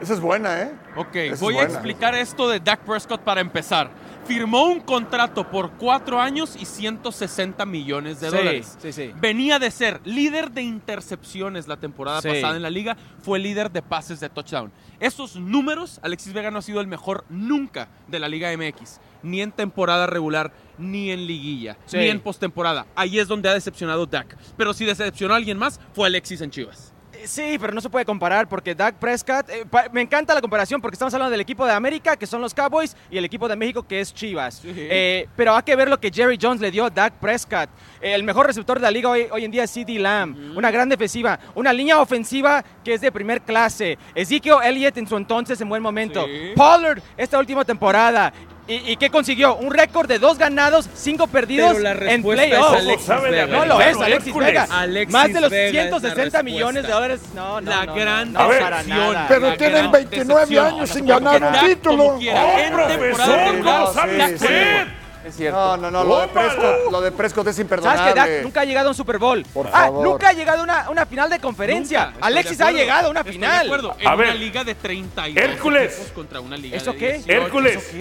H: Esa es buena, ¿eh?
L: Ok,
H: es
L: voy a
H: buena.
L: explicar esto de Dak Prescott para empezar. Firmó un contrato por cuatro años y 160 millones de
M: Sí,
L: dólares.
M: sí, sí.
L: Venía de ser líder de intercepciones la temporada
M: Sí.
L: pasada en la liga, fue líder de pases de touchdown. Esos números, Alexis Vega no ha sido el mejor nunca de la Liga MX, ni en temporada regular, ni en liguilla,
M: Sí.
L: ni en postemporada. Ahí es donde ha decepcionado Dak. Pero si decepcionó a alguien más, fue Alexis en Chivas.
M: Sí, pero no se puede comparar porque Dak Prescott, eh, pa- me encanta la comparación porque estamos hablando del equipo de América, que son los Cowboys, y el equipo de México, que es Chivas. Eh, pero hay que ver lo que Jerry Jones le dio a Dak Prescott. Eh, el mejor receptor de la liga hoy, hoy en día es CD Lamb. Una gran defensiva, una línea ofensiva que es de primer clase. Ezekiel Elliott en su entonces en buen momento. Pollard esta última temporada. ¿Y, y qué consiguió? Un récord de dos ganados, cinco perdidos
L: Pero la
M: en
L: respuesta es
M: playoffs.
L: Alexis ¿Sabe la Vega?
M: No lo es,
L: respuesta?
M: Alexis
L: Hércules.
M: Vega.
L: Alexis
M: Más de los
L: Vega es la
M: 160 millones de
L: respuesta.
M: dólares. No, no,
L: La
M: no,
L: gran
M: no, no,
L: decepción.
M: para nada.
G: Pero
L: La
G: tienen
L: gran
G: 29
L: decepción.
G: años sin
L: Porque
G: ganar un
L: Dak,
G: título.
L: como quiera,
G: ¡Oh,
L: en
D: profesor! ¿eh?
L: temporada regular,
D: ¿Cómo sabe
L: Dak
D: usted?
F: Es cierto.
H: No, no, no, lo de,
D: Tómala.
H: Prescott, lo de Prescott es imperdonable.
M: ¿Sabes que Dak Ah, nunca ha llegado a un Super Bowl?
H: Por
M: ah,
H: favor.
M: nunca ha llegado a una, una final de conferencia.
L: Nunca, estoy
M: Alexis
L: de
M: ha
L: acuerdo.
M: llegado a una
L: Estoy de
M: final.
L: acuerdo, en
D: A ver.
L: una liga de 32
D: Hércules.
L: equipos contra una liga
M: ¿Eso
L: de
M: qué?
L: 18.
D: Hércules,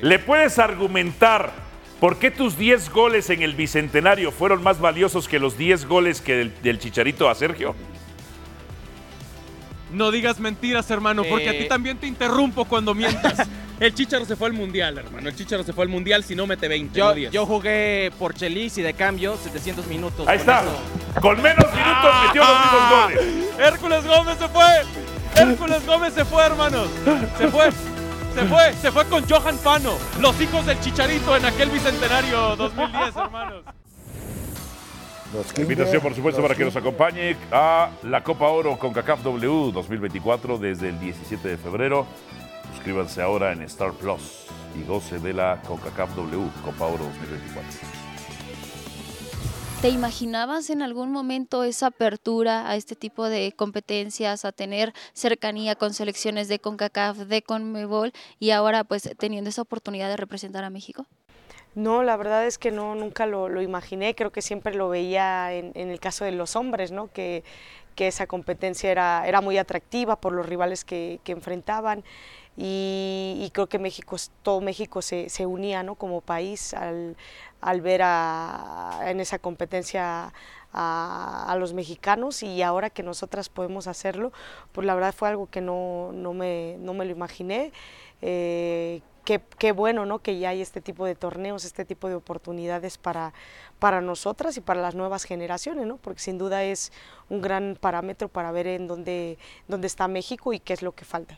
D: ¿le puedes argumentar por qué tus 10 goles en el Bicentenario fueron más valiosos que los 10 goles que del, del Chicharito a Sergio?
L: No digas mentiras, hermano, porque a ti
M: Eh.
L: también te interrumpo cuando mientas. <laughs> El Chicharo se fue al Mundial, hermano. El Chicharo se fue al Mundial si no mete 20, no
M: Yo,
L: 10.
M: yo jugué por Chelis y de cambio 700 minutos.
D: Ahí
M: con
D: está.
M: eso.
D: Con menos minutos metió los mismos goles.
L: Ah. Hércules Gómez se fue. Hércules Gómez se fue, hermanos. Se fue. Se fue, se fue con Johan Fano, los hijos del Chicharito en aquel bicentenario 2010, hermanos.
G: Los
D: La
G: 15,
D: invitación, por supuesto,
G: los
D: para que nos
G: 15.
D: acompañe a la Copa Oro con CACAF W 2024 desde el 17 de febrero. Suscríbanse ahora en Star Plus y goce de la CONCACAF W Copa Oro 2024.
N: ¿Te imaginabas en algún momento esa apertura a este tipo de competencias, a tener cercanía con selecciones de CONCACAF, de CONMEBOL y ahora pues teniendo esa oportunidad de representar a México?
O: No, la verdad es que no, nunca lo, lo imaginé, creo que siempre lo veía en, en el caso de los hombres, ¿no? que, que esa competencia era, era muy atractiva por los rivales que, que enfrentaban y, y creo que México, s- todo México se, se unía ¿no? como país al, al ver a- en esa competencia a, a los mexicanos y ahora que nosotras podemos hacerlo, pues la verdad fue algo que no, no, me, no me lo imaginé. Eh, qué, qué bueno ¿no? que ya hay este tipo de torneos, este tipo de oportunidades para, para nosotras y para las nuevas generaciones, ¿no? porque sin duda es un gran parámetro para ver en dónde, dónde está México y qué es lo que falta.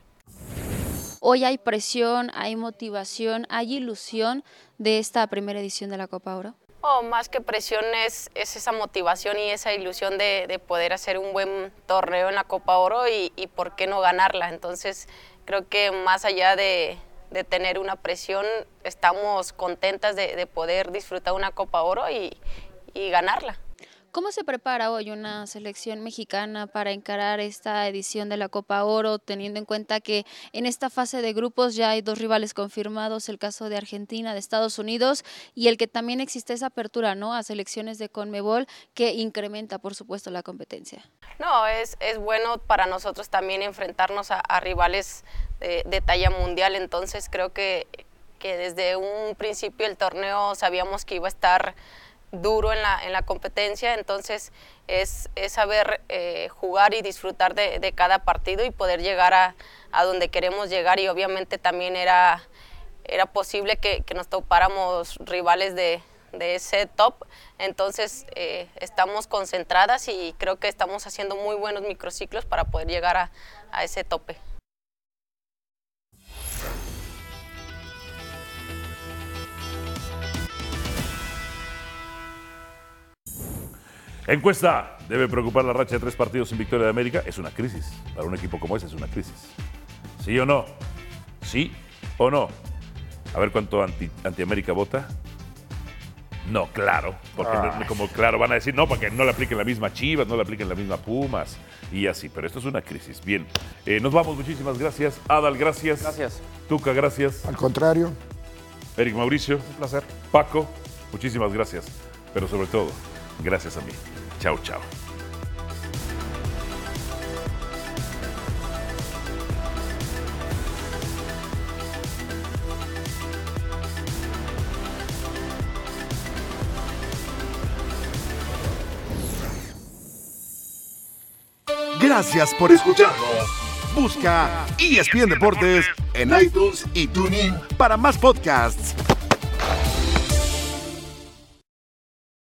N: Hoy hay presión, hay motivación, hay ilusión de esta primera edición de la Copa Oro.
P: O más que presión es, es esa motivación y esa ilusión de, de poder hacer un buen torneo en la Copa Oro y, y por qué no ganarla. Entonces creo que más allá de, de tener una presión, estamos contentas de, de poder disfrutar una Copa Oro y- y ganarla.
N: ¿Cómo se prepara hoy una selección mexicana para encarar esta edición de la Copa Oro, teniendo en cuenta que en esta fase de grupos ya hay dos rivales confirmados, el caso de Argentina, de Estados Unidos, y el que también existe esa apertura ¿no? a selecciones de Conmebol que incrementa, por supuesto, la competencia?
P: No, es, es bueno para nosotros también enfrentarnos a, a rivales de, de talla mundial, entonces creo que, que desde un principio el torneo sabíamos que iba a estar duro en la, en la competencia, entonces es, es saber eh, jugar y disfrutar de, de cada partido y poder llegar a, a donde queremos llegar y obviamente también era, era posible que, que nos topáramos rivales de, de ese top. Entonces eh, estamos concentradas y creo que estamos haciendo muy buenos microciclos para poder llegar a- a ese tope.
D: Encuesta. ¿Debe preocupar la racha de tres partidos sin victoria de América? Es una crisis. Para un equipo como ese es una crisis. ¿Sí o no? ¿Sí o no? A ver cuánto anti- anti-América vota. No, claro, porque
E: Ah.
D: no- como claro van a decir, no, porque no le apliquen la misma Chivas, no le apliquen la misma Pumas y así, pero esto es una crisis. Bien, eh, nos vamos, muchísimas gracias. Adal, gracias. Gracias. Tuca, gracias.
G: Al contrario.
D: Eric Mauricio. Un placer. Paco, muchísimas gracias, pero sobre todo, gracias a mí. Chao, chao.
A: Gracias por escucharnos. E Busca ESPN Deportes en iTunes y TuneIn para más podcasts.